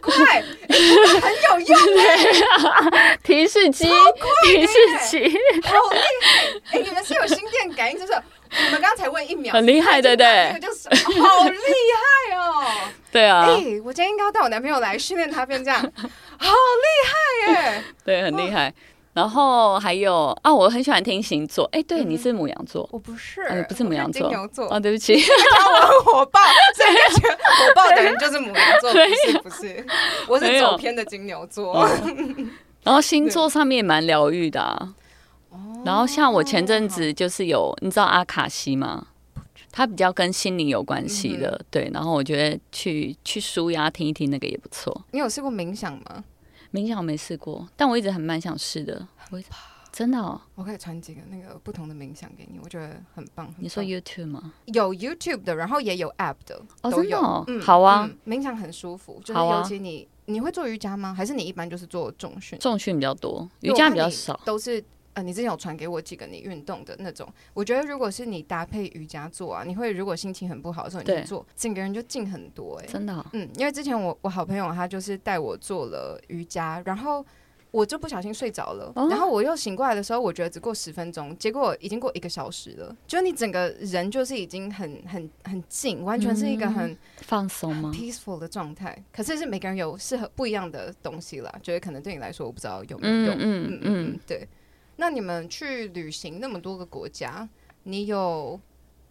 Speaker 1: 快，很有用哎，
Speaker 2: 提示机，提示机，
Speaker 1: 好厉害！哎，你们是有心电感应，就是我们刚才问一秒，
Speaker 2: 很厉害对不对
Speaker 1: 那个就是好厉害 哦！
Speaker 2: 对啊，
Speaker 1: 哎、我今天应该要带我男朋友来训练他变这样，好厉害耶！
Speaker 2: 对，很厉害。然后还有啊，我很喜欢听星座。哎，
Speaker 1: 嗯
Speaker 2: 对，你是母羊座。
Speaker 1: 我不 是，
Speaker 2: 哎不是母
Speaker 1: 我
Speaker 2: 羊座
Speaker 1: 金牛座，
Speaker 2: 哦，对 不起，
Speaker 1: 他我很火爆，所以就觉得火爆的人就是母羊座，不是不是，我
Speaker 2: 没
Speaker 1: 是
Speaker 2: 有
Speaker 1: 走偏的金牛座。
Speaker 2: 嗯然后星座上面也蛮疗愈的、啊。然后像我前阵子就是有，你知道阿卡西吗？它比较跟心灵有关系
Speaker 1: 嗯
Speaker 2: 的，对。然后我觉得去去舒压听一听那个也不错。
Speaker 1: 你有试过冥想吗？
Speaker 2: 冥想我没试过，但我一直很蛮想试的。我一直真的哦，
Speaker 1: 我可以传几个那个不同的冥想给你，我觉得很棒。很
Speaker 2: 你说
Speaker 1: 棒
Speaker 2: YouTube 吗？
Speaker 1: 有 YouTube 的，然后也有 App 的，
Speaker 2: 哦，
Speaker 1: 都
Speaker 2: 真的
Speaker 1: 有。
Speaker 2: 哦，
Speaker 1: 嗯，
Speaker 2: 好啊。
Speaker 1: 嗯，冥想很舒服，就是
Speaker 2: 好啊
Speaker 1: 尤其你你会做瑜伽吗？还是你一般就是做重训？
Speaker 2: 重训比较多，
Speaker 1: 因为
Speaker 2: 瑜
Speaker 1: 我
Speaker 2: 伽
Speaker 1: 看
Speaker 2: 比较
Speaker 1: 你
Speaker 2: 少。
Speaker 1: 都是呃，你之前有传给我几个你运动的那种，我觉得如果是你搭配瑜伽做啊，你会如果心情很不好的时候你去
Speaker 2: 对
Speaker 1: 做，整个人就静很多哎、
Speaker 2: 真的哦、
Speaker 1: 嗯，因为之前我我好朋友他就是带我做了瑜伽，然后我就不小心睡着了，
Speaker 2: 哦
Speaker 1: 然后我又醒过来的时候，我觉得只过十分钟，结果已经过一个小时了，就你整个人就是已经很很很静，完全是一个
Speaker 2: 嗯
Speaker 1: 很
Speaker 2: 放松吗？
Speaker 1: peaceful 的状态。可是是每个人有适合不一样的东西啦，觉得可能对你来说我不知道有没有
Speaker 2: 嗯
Speaker 1: 用。嗯
Speaker 2: 嗯
Speaker 1: 嗯
Speaker 2: 嗯
Speaker 1: 嗯，，对。那你们去旅行那么多个国家，你有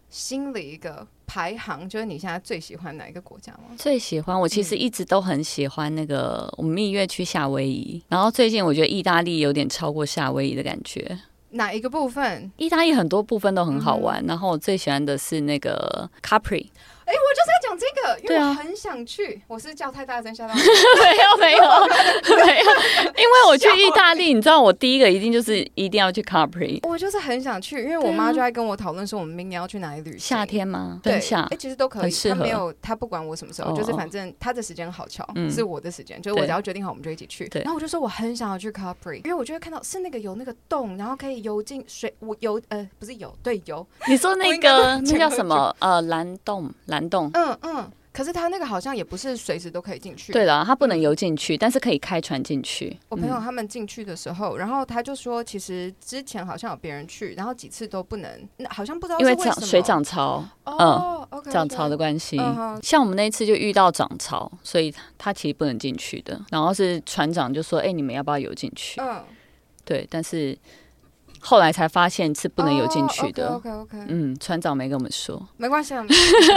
Speaker 1: 心里一个排行，就是你现在最喜欢哪一个国家吗？
Speaker 2: 最喜欢我其
Speaker 1: 嗯
Speaker 2: 实一直都很喜欢那个，我们蜜月去夏威夷，然后最近我觉得意大利有点超过夏威夷的感觉。
Speaker 1: 哪一个部分？
Speaker 2: 意大利很多部分都很好
Speaker 1: 嗯
Speaker 2: 玩，然后我最喜欢的是那个 Capri，
Speaker 1: 哎、我就是要讲这个，因
Speaker 2: 对
Speaker 1: 为
Speaker 2: 啊
Speaker 1: 我很想去。我是叫太大声吓到你，
Speaker 2: 没有没有没有，因为我去意大利，你知道我第一个一定就是一定要去 Capri，
Speaker 1: 我就是很想去，因为我妈就在跟我讨论说我们明年要去哪里旅行。
Speaker 2: 啊夏天吗？
Speaker 1: 对，
Speaker 2: 春夏
Speaker 1: 哎、，其实都可以
Speaker 2: 很，适
Speaker 1: 她
Speaker 2: 合
Speaker 1: 没有，她不管我什么时候，
Speaker 2: 哦
Speaker 1: 就是反正她的时间好巧，
Speaker 2: 嗯
Speaker 1: 是我的时间，就是我
Speaker 2: 对
Speaker 1: 只要决定好，我们就一起去。
Speaker 2: 对
Speaker 1: 然后我就说我很想要去 Capri，因为我就会看到是那个有那个洞，然后可以游进水，我游呃不是游，对游，
Speaker 2: 你说
Speaker 1: 我
Speaker 2: 那
Speaker 1: 应该
Speaker 2: 个
Speaker 1: 都
Speaker 2: 那叫什么？呃，蓝洞，蓝洞。
Speaker 1: 嗯嗯。可是它那个好像也不是随时都可以进去，嗯
Speaker 2: 对了，它不能游进去，但是可以开船进去。
Speaker 1: 我朋友
Speaker 2: 嗯
Speaker 1: 他们进去的时候，然后他就说，其实之前好像有别人去，然后几次都不能，那好像不知道是
Speaker 2: 因为
Speaker 1: 为
Speaker 2: 涨
Speaker 1: 什么
Speaker 2: 水涨潮，
Speaker 1: 哦，OK，
Speaker 2: 涨潮的关系
Speaker 1: 嗯哼，
Speaker 2: 像我们那一次就遇到涨潮，所以他他其实不能进去的。然后是船长就说：“哎、你们要不要游进去
Speaker 1: 嗯，？”
Speaker 2: 对，但是后来才发现是不能游
Speaker 1: 哦
Speaker 2: 进去的。
Speaker 1: OK OK，
Speaker 2: 嗯，船长没跟我们说。
Speaker 1: 没关系，啊，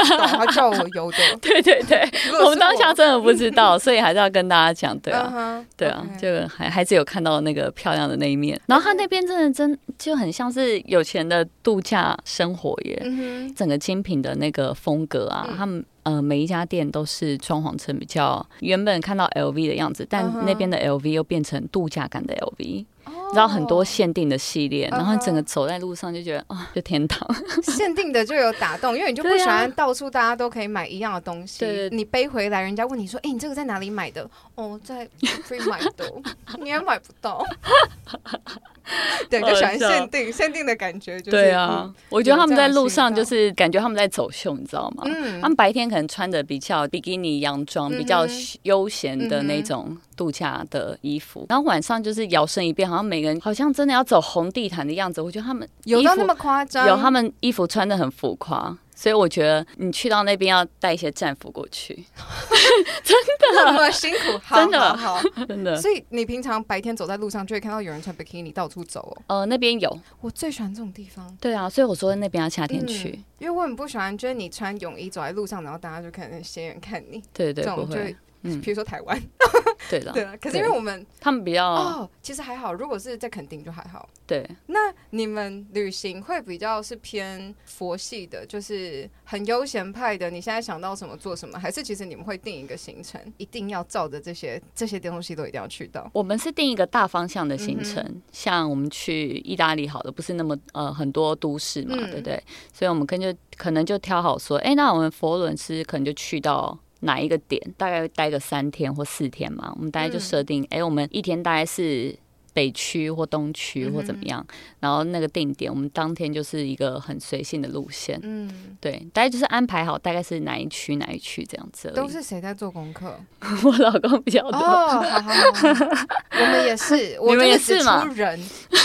Speaker 1: 懂他叫我游的。
Speaker 2: 对对对，
Speaker 1: 如 果是
Speaker 2: 我们当下真的不知道，所以还是要跟大家讲，对啊。
Speaker 1: 嗯哼
Speaker 2: 对啊，
Speaker 1: OK
Speaker 2: 就还还是有看到那个漂亮的那一面，然后他那边真的真就很像是有钱的度假生活耶，
Speaker 1: 嗯
Speaker 2: 整个精品的那个风格啊，
Speaker 1: 嗯
Speaker 2: 他们呃每一家店都是装潢成比较原本看到 LV 的样子，但
Speaker 1: 嗯哼
Speaker 2: 那边的 LV 又变成度假感的 LV，、
Speaker 1: 哼，
Speaker 2: 然后很多
Speaker 1: 哦
Speaker 2: 限定的系列，
Speaker 1: 嗯哼
Speaker 2: 然后你整个走在路上就觉得啊，就天堂。
Speaker 1: 限定的就有打动，因为你就不
Speaker 2: 对啊
Speaker 1: 喜欢到处大家都可以买一样的东西
Speaker 2: 对对，
Speaker 1: 你背回来，人家问你说，哎，你这个在哪里买的？哦，在 free 买 的，你也买不到。对，就喜欢
Speaker 2: 好笑
Speaker 1: 限定限定的感觉，就是
Speaker 2: 对啊，，我觉得他们在路上
Speaker 1: 有这
Speaker 2: 就
Speaker 1: 样的
Speaker 2: 是感觉他们在走秀，你知道吗？
Speaker 1: 嗯
Speaker 2: 他们白天可能穿的比较比基尼洋装，比较
Speaker 1: 嗯哼
Speaker 2: 悠闲的那种度假的衣
Speaker 1: 嗯
Speaker 2: 服，然后晚上就是摇身一变，好像每个人好像真的要走红地毯的样子。我觉得他们
Speaker 1: 有
Speaker 2: 衣
Speaker 1: 到
Speaker 2: 服
Speaker 1: 那么夸张？
Speaker 2: 有他们衣服穿的很浮夸，所以我觉得你去到那边要带一些战服过 去，
Speaker 1: 那么辛 苦，好
Speaker 2: 真的
Speaker 1: 好好
Speaker 2: 真的。
Speaker 1: 所以你平常白天走在路上，就会看到有人穿比基尼到处走哦。
Speaker 2: 呃，那边有，
Speaker 1: 我最喜欢这种地方，
Speaker 2: 对啊，所以我说那边要夏天
Speaker 1: 嗯
Speaker 2: 去，
Speaker 1: 因为我很不喜欢，就是你穿泳衣走在路上，然后大家就可能斜眼看你。
Speaker 2: 对
Speaker 1: 这
Speaker 2: 对，不
Speaker 1: 种就
Speaker 2: 会
Speaker 1: 会，
Speaker 2: 嗯
Speaker 1: 比，如说台湾，
Speaker 2: 对了，
Speaker 1: 对啊。可是因为我们
Speaker 2: 他们比较、
Speaker 1: 哦，其实还好，如果是在垦丁就还好。
Speaker 2: 对，
Speaker 1: 那你们旅行会比较是偏佛系的，就是很悠闲派的。你现在想到什么做什么，还是其实你们会定一个行程，一定要照着这些这些东西都一定要去到？
Speaker 2: 我们是定一个大方向的行程，
Speaker 1: 嗯
Speaker 2: 像我们去意大利，好的，不是那么呃很多都市嘛，
Speaker 1: 嗯
Speaker 2: 对不对？所以我们跟就可能就挑好说，哎、那我们佛罗伦斯可能就去到。哪一个点大概待个三天或四天嘛？我们大概就
Speaker 1: 嗯
Speaker 2: 设定，哎、我们一天大概是北区或东
Speaker 1: 嗯
Speaker 2: 区或怎么样，然后那个定点，我们当天就是一个很随性的路线，
Speaker 1: 嗯，
Speaker 2: 对，大概就是安排好大概是哪一区哪一区这样子而已。
Speaker 1: 都是谁在做功课？
Speaker 2: 我老公比较
Speaker 1: 哦，
Speaker 2: 多，
Speaker 1: 好好好，我们也 是，我
Speaker 2: 你们
Speaker 1: 真
Speaker 2: 也
Speaker 1: 的
Speaker 2: 是
Speaker 1: 只
Speaker 2: 嘛
Speaker 1: 出人，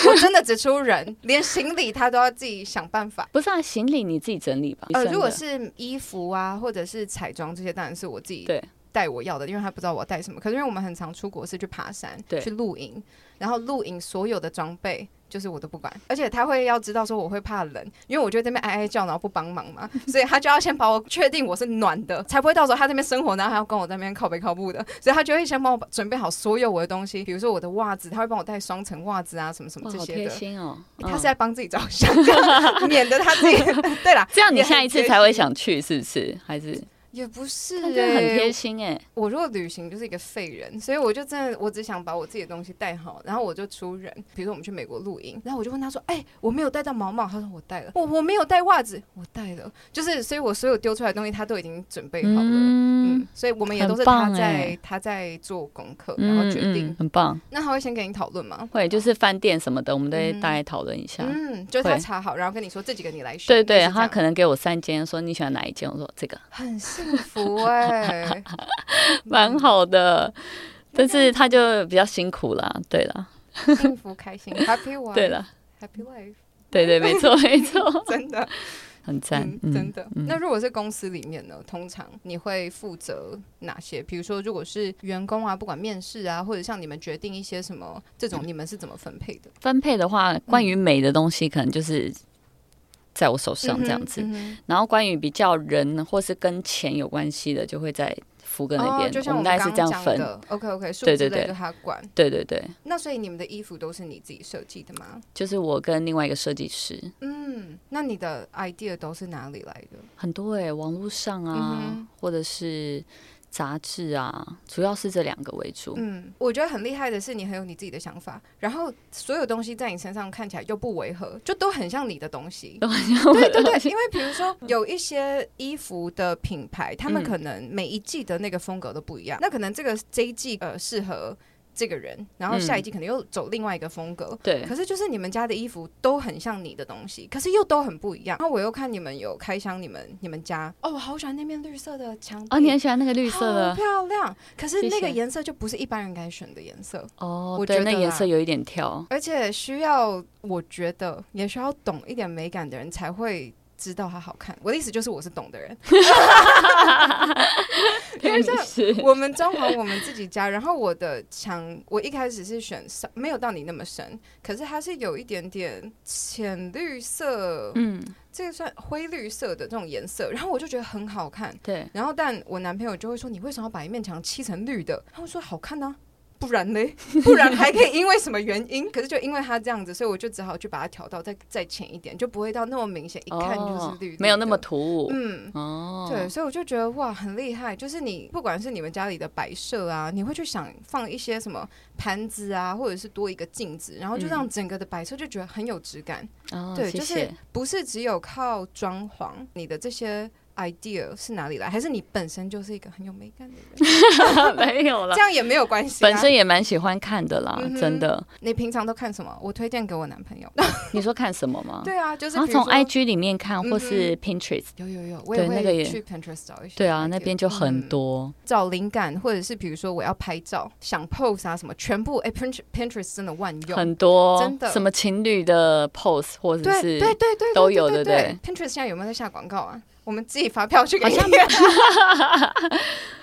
Speaker 1: 我真的只出人，连行李他都要自己想办法。
Speaker 2: 不是啊，行李你自己整理吧。
Speaker 1: 呃，
Speaker 2: 女生的
Speaker 1: 如果是衣服啊，或者是彩妆这些，当然是我自己
Speaker 2: 对
Speaker 1: 带我要的，因为他不知道我带什么。可是因为我们很常出国是去爬山、
Speaker 2: 对
Speaker 1: 去露营，然后露营所有的装备。就是我都不管，而且他会要知道说我会怕冷，因为我就在那边哀哀叫，然后不帮忙 嘛，所以他就要先把我确定我是暖的，才不会到时候他那边生活，然后还要跟我在那边靠背靠步的，所以他就会先帮我准备好所有我的东西，比如说我的袜子，他会帮我带双层袜子啊，什么什么
Speaker 2: 哇，
Speaker 1: 这
Speaker 2: 好
Speaker 1: 些
Speaker 2: 贴
Speaker 1: 的。
Speaker 2: 心哦。
Speaker 1: 他是
Speaker 2: 嗯
Speaker 1: 在帮自己着想， 免得他自己。 对啦，
Speaker 2: 这样，你
Speaker 1: 也很
Speaker 2: 下一次
Speaker 1: 贴
Speaker 2: 才会
Speaker 1: 心
Speaker 2: 想去，是不是？还是
Speaker 1: 也不是、
Speaker 2: 那
Speaker 1: 欸，
Speaker 2: 真的很贴心哎、
Speaker 1: 我如果旅行就是一个废人，所以我就真的我只想把我自己的东西带好，然后我就出人。比如说我们去美国露营，然后我就问他说：“哎、我没有带到毛毛。”他说：“我带了。”我我没有带袜子，我带了。就是，所以我所有丢出来的东西他都已经准备好了。嗯
Speaker 2: 嗯
Speaker 1: 所以我们也都是
Speaker 2: 很棒
Speaker 1: 他在、
Speaker 2: 欸
Speaker 1: 他在做功课，然后决定。
Speaker 2: 嗯嗯很棒。
Speaker 1: 那他会先跟你讨论吗？
Speaker 2: 会就是饭店什么的，我们都会
Speaker 1: 嗯
Speaker 2: 大概讨论一下。
Speaker 1: 嗯，就是他
Speaker 2: 会
Speaker 1: 查好，然后跟你说这几个你来选。
Speaker 2: 对对，
Speaker 1: 类似这
Speaker 2: 他
Speaker 1: 样
Speaker 2: 可能给我三间，说你喜欢哪一间，我说这个
Speaker 1: 很幸福哎、
Speaker 2: 蛮好的，但是他就比较辛苦啦。对啦，
Speaker 1: 幸福开 心，Happy Life，
Speaker 2: 对啦，
Speaker 1: ，Happy Life，
Speaker 2: 对对，没 错没错，
Speaker 1: 真的。
Speaker 2: 很赞
Speaker 1: 嗯，真的。
Speaker 2: 嗯
Speaker 1: 那如果是公司里面呢，通常你会负责哪些？比如说，如果是员工啊，不管面试啊，或者像你们决定一些什么这种，你们是怎么分配的？
Speaker 2: 分配的话，关于美的东西，可能就是在我手上这样子。
Speaker 1: 嗯嗯哼
Speaker 2: 然后关于比较人或是跟钱有关系的，就会在福哥那边，
Speaker 1: 哦，就
Speaker 2: 我
Speaker 1: 像
Speaker 2: 们大
Speaker 1: 刚
Speaker 2: 概
Speaker 1: 刚
Speaker 2: 是这样
Speaker 1: 讲
Speaker 2: 分。
Speaker 1: 的。OK OK，数
Speaker 2: 对
Speaker 1: 字
Speaker 2: 对
Speaker 1: 类
Speaker 2: 对
Speaker 1: 就他管。
Speaker 2: 对对对，
Speaker 1: 那所以你们的衣服都是你自己设计的吗？
Speaker 2: 就是我跟另外一个设计师，
Speaker 1: 嗯，那你的 idea 都是哪里来的？
Speaker 2: 很多哎、网络上啊，
Speaker 1: 嗯
Speaker 2: 或者是杂志啊，主要是这两个为主。
Speaker 1: 嗯，我觉得很厉害的是你很有你自己的想法，然后所有东西在你身上看起来又不违和，就都很像你的东西。对对对，因为比如说有一些衣服的品牌，他们
Speaker 2: 嗯
Speaker 1: 可能每一季的那个风格都不一样，那可能这个这一季呃适合这个人，然后下一季可能又走另外一个风格。
Speaker 2: 对
Speaker 1: 可是就是你们家的衣服都很像你的东西，可是又都很不一样。然后我又看你们有开箱你们你们家，哦，我好喜欢那面绿色的墙壁，
Speaker 2: 哦，你很喜欢那个绿
Speaker 1: 好
Speaker 2: 色的
Speaker 1: 漂亮。可是
Speaker 2: 谢谢
Speaker 1: 那个颜色就不是一般人该选的颜色，
Speaker 2: 哦
Speaker 1: 我，觉
Speaker 2: 对，
Speaker 1: 得
Speaker 2: 那颜
Speaker 1: 啦
Speaker 2: 色有一点跳。
Speaker 1: 而且需要，我觉得也需要懂一点美感的人才会知道它好看。我的意思就是，我是懂 的人。 因为像
Speaker 2: 是
Speaker 1: 我们装潢我们自己家，然后我的墙，我一开始是选深，没有到你那么深，可是它是有一点点浅绿色，
Speaker 2: 嗯，
Speaker 1: 这个算灰绿色的这种颜色，然后我就觉得很好看。
Speaker 2: 对，
Speaker 1: 然后，但我男朋友就会说：“你为什么要把一面墙漆成绿的？”他会说：“好看呢、不然嘞，不然还可以因为什么原因？可是就因为他这样子，所以我就只好去把它调到再再浅一点，就不会到那么明显，一看就是绿绿的、
Speaker 2: 哦没有那么突兀。
Speaker 1: 嗯。
Speaker 2: 哦，
Speaker 1: 对，所以我就觉得哇，很厉害。就是你不管是你们家里的摆设啊，你会去想放一些什么盘子啊，或者是多一个镜子，然后就
Speaker 2: 嗯
Speaker 1: 让整个的摆设就觉得很有质感。
Speaker 2: 哦，
Speaker 1: 对，
Speaker 2: 谢
Speaker 1: 就是
Speaker 2: 谢。
Speaker 1: 不是只有靠装潢，你的这些 idea 是哪里来？还是你本身就是一个很有美感的 人？
Speaker 2: 没有啦
Speaker 1: 这，样也没有关系、啊。
Speaker 2: 本身也蛮喜欢看的啦
Speaker 1: 嗯，哼
Speaker 2: 真的。
Speaker 1: 你平常都看什么？我推荐给我男 朋友。
Speaker 2: 你说看什么吗？
Speaker 1: 对啊，就是
Speaker 2: 哦然后
Speaker 1: 比如
Speaker 2: 从
Speaker 1: 说
Speaker 2: IG 里面看，
Speaker 1: 嗯
Speaker 2: 或是 Pinterest，
Speaker 1: 有有有，我也
Speaker 2: 对那个
Speaker 1: 会
Speaker 2: 也
Speaker 1: 去 Pinterest 找一些 idea。
Speaker 2: 对啊，那边就很
Speaker 1: 嗯
Speaker 2: 多。
Speaker 1: 找灵感，或者是比如说我要拍照，想 pose 啊什么，全部哎 Pinterest Pinterest 真的万用。
Speaker 2: 很
Speaker 1: 嗯
Speaker 2: 多，
Speaker 1: 真的
Speaker 2: 什么情侣的 pose 或者
Speaker 1: 对
Speaker 2: 是
Speaker 1: 对对对对，
Speaker 2: 都
Speaker 1: 对
Speaker 2: 有
Speaker 1: 对
Speaker 2: 对
Speaker 1: 对。Pinterest 现在有没有在下广告啊？我们自己发票去给
Speaker 2: 好
Speaker 1: 你。
Speaker 2: 像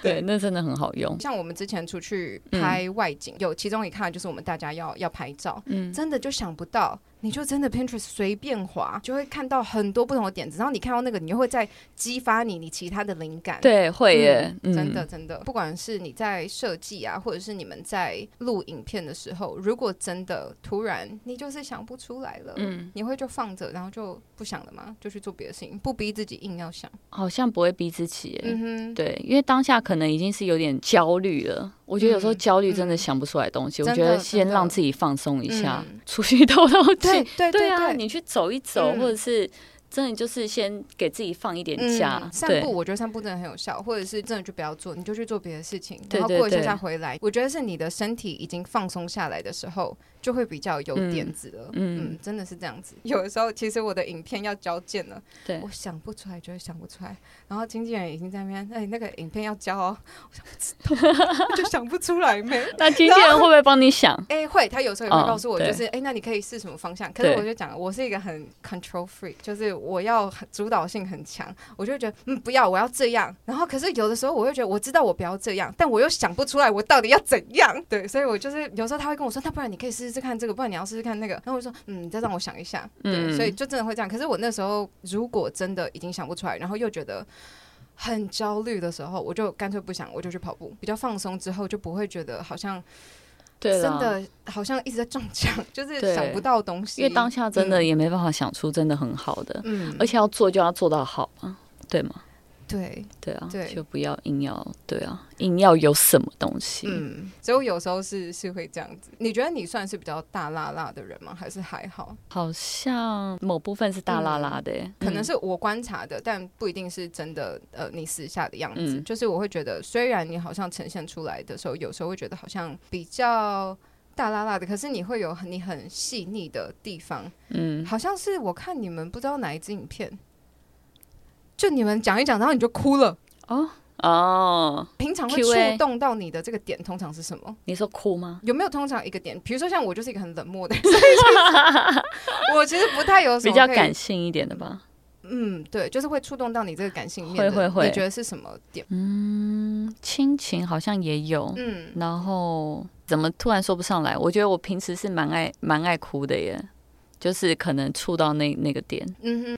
Speaker 2: 对，那真的很好用。
Speaker 1: 像我们之前出去
Speaker 2: 嗯
Speaker 1: 拍外景，有其中一看就是我们大家要要拍照，
Speaker 2: 嗯
Speaker 1: 真的就想不到，你就真的 Pinterest 随便滑，就会看到很多不同的点子，然后你看到那个，你又会再激发你你其他的灵感。
Speaker 2: 对，会耶
Speaker 1: 嗯，
Speaker 2: 嗯
Speaker 1: 真的真的，不管是你在设计啊，或者是你们在录影片的时候，如果真的突然你就是想不出来了，
Speaker 2: 嗯
Speaker 1: 你会就放着，然后就不想了吗？就去做别的事情，不逼自己硬要想。
Speaker 2: 好像不会逼自己耶。
Speaker 1: 嗯哼，
Speaker 2: 对，因为当下可能已经是有点焦虑了。我觉得有时候
Speaker 1: 嗯
Speaker 2: 焦虑真
Speaker 1: 嗯
Speaker 2: 的想不出来东西，我
Speaker 1: 真
Speaker 2: 觉
Speaker 1: 的
Speaker 2: 得
Speaker 1: 真
Speaker 2: 先
Speaker 1: 的
Speaker 2: 让自己放松一下
Speaker 1: 嗯，
Speaker 2: 出去透透
Speaker 1: 对
Speaker 2: 气。
Speaker 1: 对
Speaker 2: 对
Speaker 1: 对
Speaker 2: 啊，你去走一走，
Speaker 1: 嗯
Speaker 2: 或者是真的就是先给自己放一点假
Speaker 1: 嗯，。散
Speaker 2: 对
Speaker 1: 步，我觉得散步真的很有效，或者是真的就不要做，你就去做别的事情，
Speaker 2: 对
Speaker 1: 然后
Speaker 2: 对
Speaker 1: 过一下
Speaker 2: 对
Speaker 1: 下回来。我觉得是你的身体已经放松下来的时候，就会比较有点子了。嗯，嗯真的是这样子。有的时候其实我的影片要交件了，
Speaker 2: 对
Speaker 1: 我想不出来，觉得想不出来。然后经纪人已经在那边，哎、那个影片要交哦，我想不知道，我就 想不出来没。
Speaker 2: 那经纪人会不会帮你想？
Speaker 1: 哎、会，他有时候也会
Speaker 2: 哦
Speaker 1: 告诉我，
Speaker 2: 对
Speaker 1: 就是哎、那你可以试什么方向？可是
Speaker 2: 对
Speaker 1: 我就讲，我是一个很 control freak，就是我要很主导性很强，我就会觉得嗯，不要，我要这样。然后可是有的时候我会觉得，我知道我不要这样，但我又想不出来我到底要怎样。对，所以我就是有时候他会跟我说，那不然你可以试试看这个，不然你要试试看那个。然后我就说，嗯，再让我想一下。对，
Speaker 2: 嗯
Speaker 1: 所以就真的会这样。可是我那时候如果真的已经想不出来，然后又觉得。很焦虑的时候，我就干脆不想，我就去跑步，比较放松之后，就不会觉得好像
Speaker 2: 对
Speaker 1: 真
Speaker 2: 啦，
Speaker 1: 的好像一直在撞墙， 就是
Speaker 2: 对
Speaker 1: 想不到东西。
Speaker 2: 因为当下真的
Speaker 1: 嗯，
Speaker 2: 也没办法想出真的很好的，
Speaker 1: 嗯，
Speaker 2: 而且要做就要做到好嘛，对吗？
Speaker 1: 对，嗯
Speaker 2: 对啊，
Speaker 1: 对
Speaker 2: 就不要硬要，对啊，硬要有什么东西。
Speaker 1: 嗯，所以我有时候是是会这样子。你觉得你算是比较大辣辣的人吗？还是还好？
Speaker 2: 好像某部分是大拉拉的、欸，
Speaker 1: 可能
Speaker 2: 嗯
Speaker 1: 是我观察的，但不一定是真的。呃，你私下的样子，
Speaker 2: 嗯
Speaker 1: 就是我会觉得，虽然你好像呈现出来的时候，有时候会觉得好像比较。大辣辣的，可是你会有很你很细腻的地方，
Speaker 2: 嗯，
Speaker 1: 好像是我看你们不知道哪一支影片，就你们讲一讲，然后你就哭了，
Speaker 2: 哦，
Speaker 1: 平常会
Speaker 2: Q&A
Speaker 1: 触动到你的这个点，通常是什么？
Speaker 2: 你说哭吗？
Speaker 1: 有没有通常一个点？比如说像我就是一个很冷漠的人，所以 就是我其实不太有什
Speaker 2: 比
Speaker 1: 么
Speaker 2: 较
Speaker 1: 可以
Speaker 2: 感，性一点的吧。
Speaker 1: 嗯，对，就是会触动到你这个感性面
Speaker 2: 会
Speaker 1: 的。
Speaker 2: 会会
Speaker 1: 你觉得是什么点？
Speaker 2: 嗯，亲情好像也有，
Speaker 1: 嗯，
Speaker 2: 然后怎么突然说不上来？我觉得我平时是蛮爱蛮爱哭的耶，就是可能触到那那个点，
Speaker 1: 嗯哼，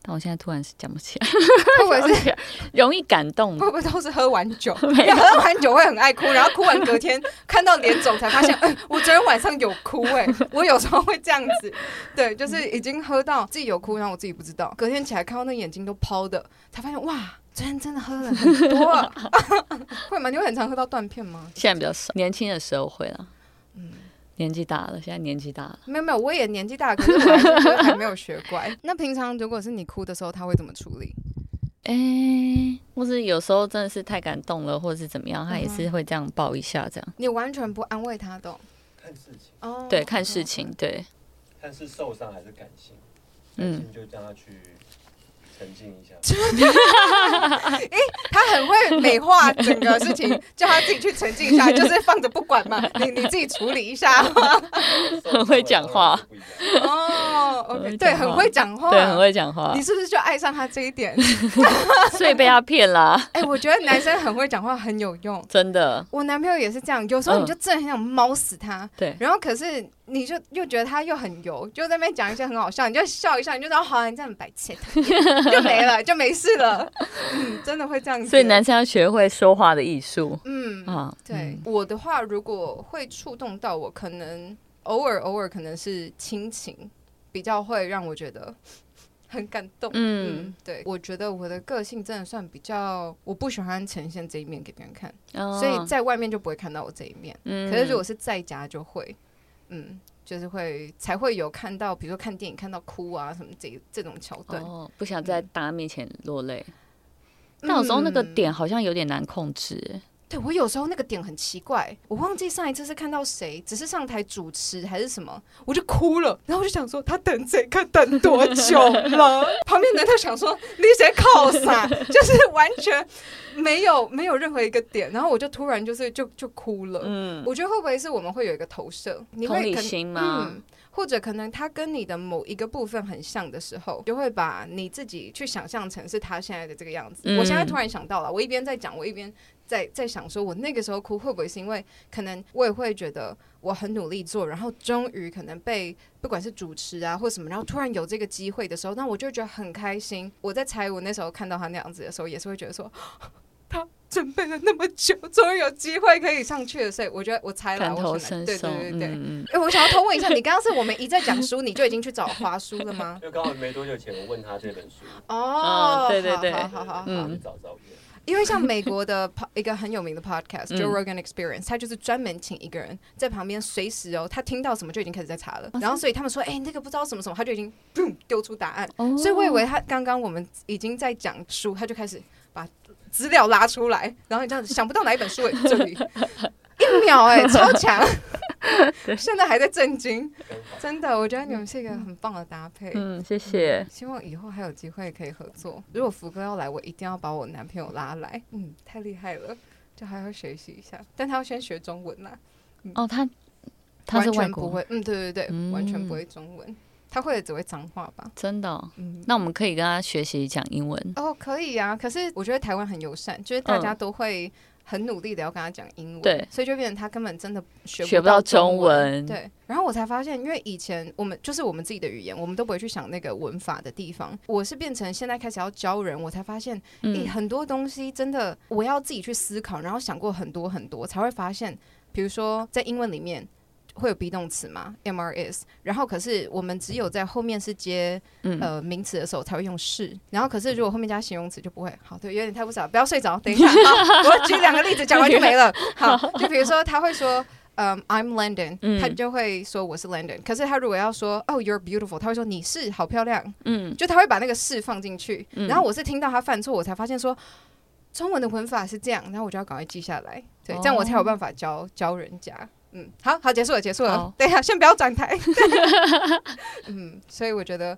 Speaker 2: 但我现在突然是讲不起来，
Speaker 1: 会不会是
Speaker 2: 容易感 动
Speaker 1: 会。不会都是喝完酒？
Speaker 2: 没
Speaker 1: 因
Speaker 2: 有
Speaker 1: 为喝完酒会很爱哭，然后哭完隔天看到脸肿才发 现，哎、我昨天晚上有哭哎、我有时候会这样子， 对，就是已经喝到自己有哭，然后我自己不知道，隔天起来看到那眼睛都泡的，才发现哇，昨天真的喝了很多啊。 会吗？你会很常喝到断片吗？
Speaker 2: 现在比较少，年轻的时候会啦。年纪大了，现在年纪大了，
Speaker 1: 没有没有，我也年纪大，可是我还是觉得还没有学乖。 那平常如果是你哭的时候，他会怎么处理？
Speaker 2: 哎、或是有时候真的是太感动了，或者是怎么样，
Speaker 1: 嗯
Speaker 2: 他也是会这样抱一下，这样。
Speaker 1: 你完全不安慰他的哦。
Speaker 3: 看事情，
Speaker 1: 哦
Speaker 2: 对，看事情，对，
Speaker 3: 看是受伤还是感性，感
Speaker 2: 嗯
Speaker 3: 性就让他去沉浸一下。
Speaker 1: 他很会美化整个事情，叫他自己去沉浸 一下，就是放着不管嘛，你你自己处理一下。
Speaker 2: 很会讲话
Speaker 3: 受伤了当然是不一样，
Speaker 1: 哦
Speaker 2: 很
Speaker 1: ，OK，
Speaker 2: 会
Speaker 1: 对，
Speaker 2: 讲
Speaker 1: 很
Speaker 2: 话
Speaker 1: 会讲话，
Speaker 2: 对，很。会讲话
Speaker 1: 你，是不是就爱上他这一 点？
Speaker 2: 所以被他骗啦，
Speaker 1: 哎、我觉得男生很会讲话很有用。
Speaker 2: 真的。
Speaker 1: 我男朋友也是这样，有时
Speaker 2: 嗯
Speaker 1: 候你就真的很想猫死他，
Speaker 2: 对，
Speaker 1: 然后可是你就又觉得他又很油，就在那边讲一些很好笑，你就笑一笑，你就知道好、啊，你这样很白痴， 就没了，就没事了。嗯，真的会这样子。
Speaker 2: 所以男生要学会说话的艺术
Speaker 1: 嗯，
Speaker 2: 啊。
Speaker 1: 对、
Speaker 2: 嗯
Speaker 1: 我的话，如果会触动到我，可能偶尔偶尔可能是亲情，比较会让我觉得很感动。
Speaker 2: 嗯，
Speaker 1: 对，我觉得我的个性真的算比较，我不喜欢呈现这一面给别人看，
Speaker 2: 哦
Speaker 1: 所以在外面就不会看到我这一面。
Speaker 2: 嗯
Speaker 1: 可是如果是在家就会，嗯，就是会才会有看到，比如说看电影看到哭啊什么这这种桥段。
Speaker 2: 哦，不想在
Speaker 1: 嗯
Speaker 2: 大家面前落泪。但有时候那个
Speaker 1: 嗯
Speaker 2: 点好像有点难控制，
Speaker 1: 对我有时候那个点很奇怪，我忘记上一次是看到谁，只是上台主持还是什么，我就哭了。然后我就想说，他等这个等多久了？ 旁边的人都想说，你谁靠啥？ 就是完全没有没有任何一个点。然后我就突然就是就就哭了。
Speaker 2: 嗯，
Speaker 1: 我觉得会不会是我们会有一个投射？你
Speaker 2: 同
Speaker 1: 会
Speaker 2: 理
Speaker 1: 可能
Speaker 2: 心吗？
Speaker 1: 嗯，或者可能他跟你的某一个部分很像的时候，就会把你自己去想象成是他现在的这个样子。
Speaker 2: 嗯
Speaker 1: 我现在突然想到了，我一边在讲，我一边在在想，说我那个时候哭会不会是因为可能我也会觉得我很努力做，然后终于可能被不管是主持啊或什么，然后突然有这个机会的时候，那我就觉得很开心。我在猜，我那时候看到他那样子的时候，也是会觉得说。 他准备了那么久，终于有机会可以上去了，所以我觉得我猜了，
Speaker 2: 感
Speaker 1: 我
Speaker 2: 同
Speaker 1: 选了
Speaker 2: 身
Speaker 1: 对
Speaker 2: 受，
Speaker 1: 对对对，
Speaker 2: 嗯嗯，
Speaker 1: 哎、我想要偷问一下，你刚刚是我们一再讲书，你就已经去找华书了吗？
Speaker 3: 因为刚好没多久前我问他这本书，
Speaker 1: 哦，
Speaker 2: 嗯对对对
Speaker 1: 好好好好好，
Speaker 3: 对对对
Speaker 2: 嗯
Speaker 3: 去找照片，
Speaker 1: 因为像美国的 po- 一个很有名的 podcast《Joe
Speaker 2: 嗯
Speaker 1: Rogan Experience》，他就是专门请一个人在旁边随时哦，他听到什么就已经开始在查了，
Speaker 2: 哦
Speaker 1: 然后所以他们说，哎、那个不知道什么什么，他就已经 boom 丢出答案。
Speaker 2: 哦
Speaker 1: 所以我以为他刚刚我们已经在讲书，他就开始把资料欸 拉出来，然后你这样子想不到哪一本书、哎，这里欸一秒哎、超强。现在还在震惊，
Speaker 3: 跟法
Speaker 1: 真的，我觉得你们是一个很棒的搭配。
Speaker 2: 嗯，谢谢。
Speaker 1: 希望以后还有机会可以合作。如果福哥要来，我一定要把我男朋友拉来。嗯，太厉害了，就还要学习一下，但他要先学中文啦。
Speaker 2: 哦，他他是
Speaker 1: 完
Speaker 2: 外
Speaker 1: 全不
Speaker 2: 国，
Speaker 1: 会，嗯，对对对，
Speaker 2: 嗯
Speaker 1: 完全不会中文，他会的只会脏话吧？
Speaker 2: 真的哦、
Speaker 1: 嗯，
Speaker 2: 那我们可以跟他学习讲英文。
Speaker 1: 哦，可以啊。可是我嗯觉得台湾很友善，就是大家都会很努力的要跟他讲英文，
Speaker 2: 对
Speaker 1: 所以就变成他根本真的学
Speaker 2: 学不
Speaker 1: 到
Speaker 2: 到中
Speaker 1: 文。
Speaker 2: 文
Speaker 1: 对，然后我才发现，因为以前我们就是我们自己的语言，我们都不会去想那个文法的地方。我是变成现在开始要教人，我才发现，诶、
Speaker 2: 嗯，
Speaker 1: 很多东西真的我要自己去思考，然后想过很多很多，才会发现，比如说在英文里面。会有 be 动词嘛，MRS，然后可是我们只有在后面是接
Speaker 2: 嗯，
Speaker 1: 呃名词的时候才会用是，然后可是如果后面加形容词就不会。好，对，有点太不少，不要睡着，等一 下，好，我举两个例子，讲完就没了。好，就比如说他会说。嗯、i m London，、
Speaker 2: 嗯
Speaker 1: 他就会说我是 London。可是他如果要说哦、y o u r e beautiful，他会说你是好漂亮，
Speaker 2: 嗯，
Speaker 1: 就他会把那个是放进去。
Speaker 2: 嗯
Speaker 1: 然后我是听到他犯错，我才发现说中文的文法是这样，然后我就要赶快记下来，对，这样
Speaker 2: 哦
Speaker 1: 我才有办法教教人家。嗯，好好，结束了，结束了
Speaker 2: 好。
Speaker 1: 等一下，先不要转台。 嗯，所以我觉得。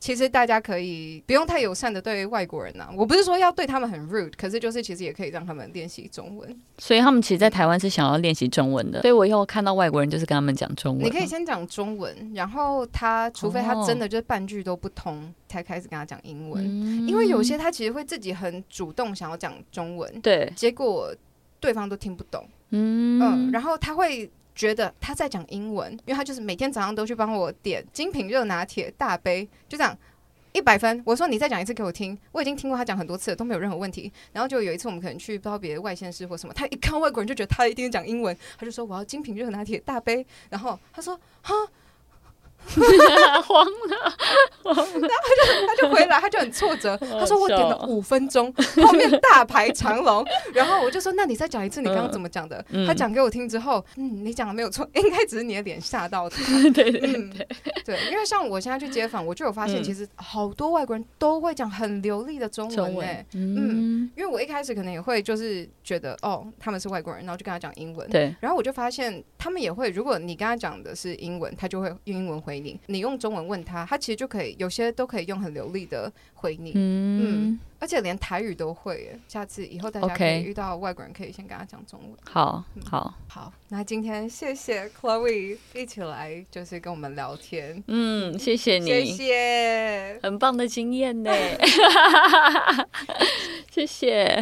Speaker 1: 其实大家可以不用太友善的对外国人呐、啊我不是说要对他们很 rude，可是就是其实也可以让他们练习中文。
Speaker 2: 所以他们其实，在台湾是想要练习中文的，所以我以后看到外国人就是跟他们讲中文。
Speaker 1: 你可以先讲中文，然后他除非他
Speaker 2: 哦
Speaker 1: 真的就是半句都不通，才开始跟他讲英文。
Speaker 2: 嗯，
Speaker 1: 因为有些他其实会自己很主动想要讲中文，
Speaker 2: 对，
Speaker 1: 结果对方都听不懂，
Speaker 2: 嗯
Speaker 1: 嗯，然后他会觉得他在讲英文，因为他就是每天早上都去帮我点精品热拿铁大杯，就这样。一百分，我说你再讲一次给我听，我已经听过他讲很多次了，都没有任何问题。然后就有一次我们可能去不知道别的外县市或什么，他一看外国人就觉得他一定讲英文，他就说我要精品热拿铁大杯，然后他说
Speaker 2: 慌
Speaker 1: 他就回来，他就很挫折。
Speaker 2: 好
Speaker 1: 他说我点
Speaker 2: 笑
Speaker 1: 了
Speaker 2: 哦
Speaker 1: 五分钟，后面大排长龙。然后我就说，那你再讲一次你刚刚怎么讲的？
Speaker 2: 嗯嗯
Speaker 1: 他讲给我听之后，嗯，你讲的没有错，应该只是你的脸吓到他。
Speaker 2: 了， 对对
Speaker 1: 嗯，对，因为像我现在去街访，我就有发现，
Speaker 2: 嗯
Speaker 1: 其实好多外国人都会讲很流利的中文、
Speaker 2: 中
Speaker 1: 呢。
Speaker 2: 文，
Speaker 1: 嗯
Speaker 2: 嗯，
Speaker 1: 因为我一开始可能也会就是觉得哦，他们是外国人，然后就跟他讲英文。
Speaker 2: 对，
Speaker 1: 然后我就发现，他们也会，如果你跟他讲的是英文，他就会用英文回你；你用中文问他，他其实就可以，有些都可以用很流利的回你，
Speaker 2: 嗯，
Speaker 1: 而且连台语都会耶。下次以后大家
Speaker 2: OK
Speaker 1: 可以遇到外国人，可以先跟他讲中文。
Speaker 2: 好好，
Speaker 1: 好，那今天谢谢 Chloe 一起来，就是跟我们聊天，
Speaker 2: 嗯，谢谢
Speaker 1: 谢
Speaker 2: 你，
Speaker 1: 谢。
Speaker 2: 很棒的经验呢，谢谢。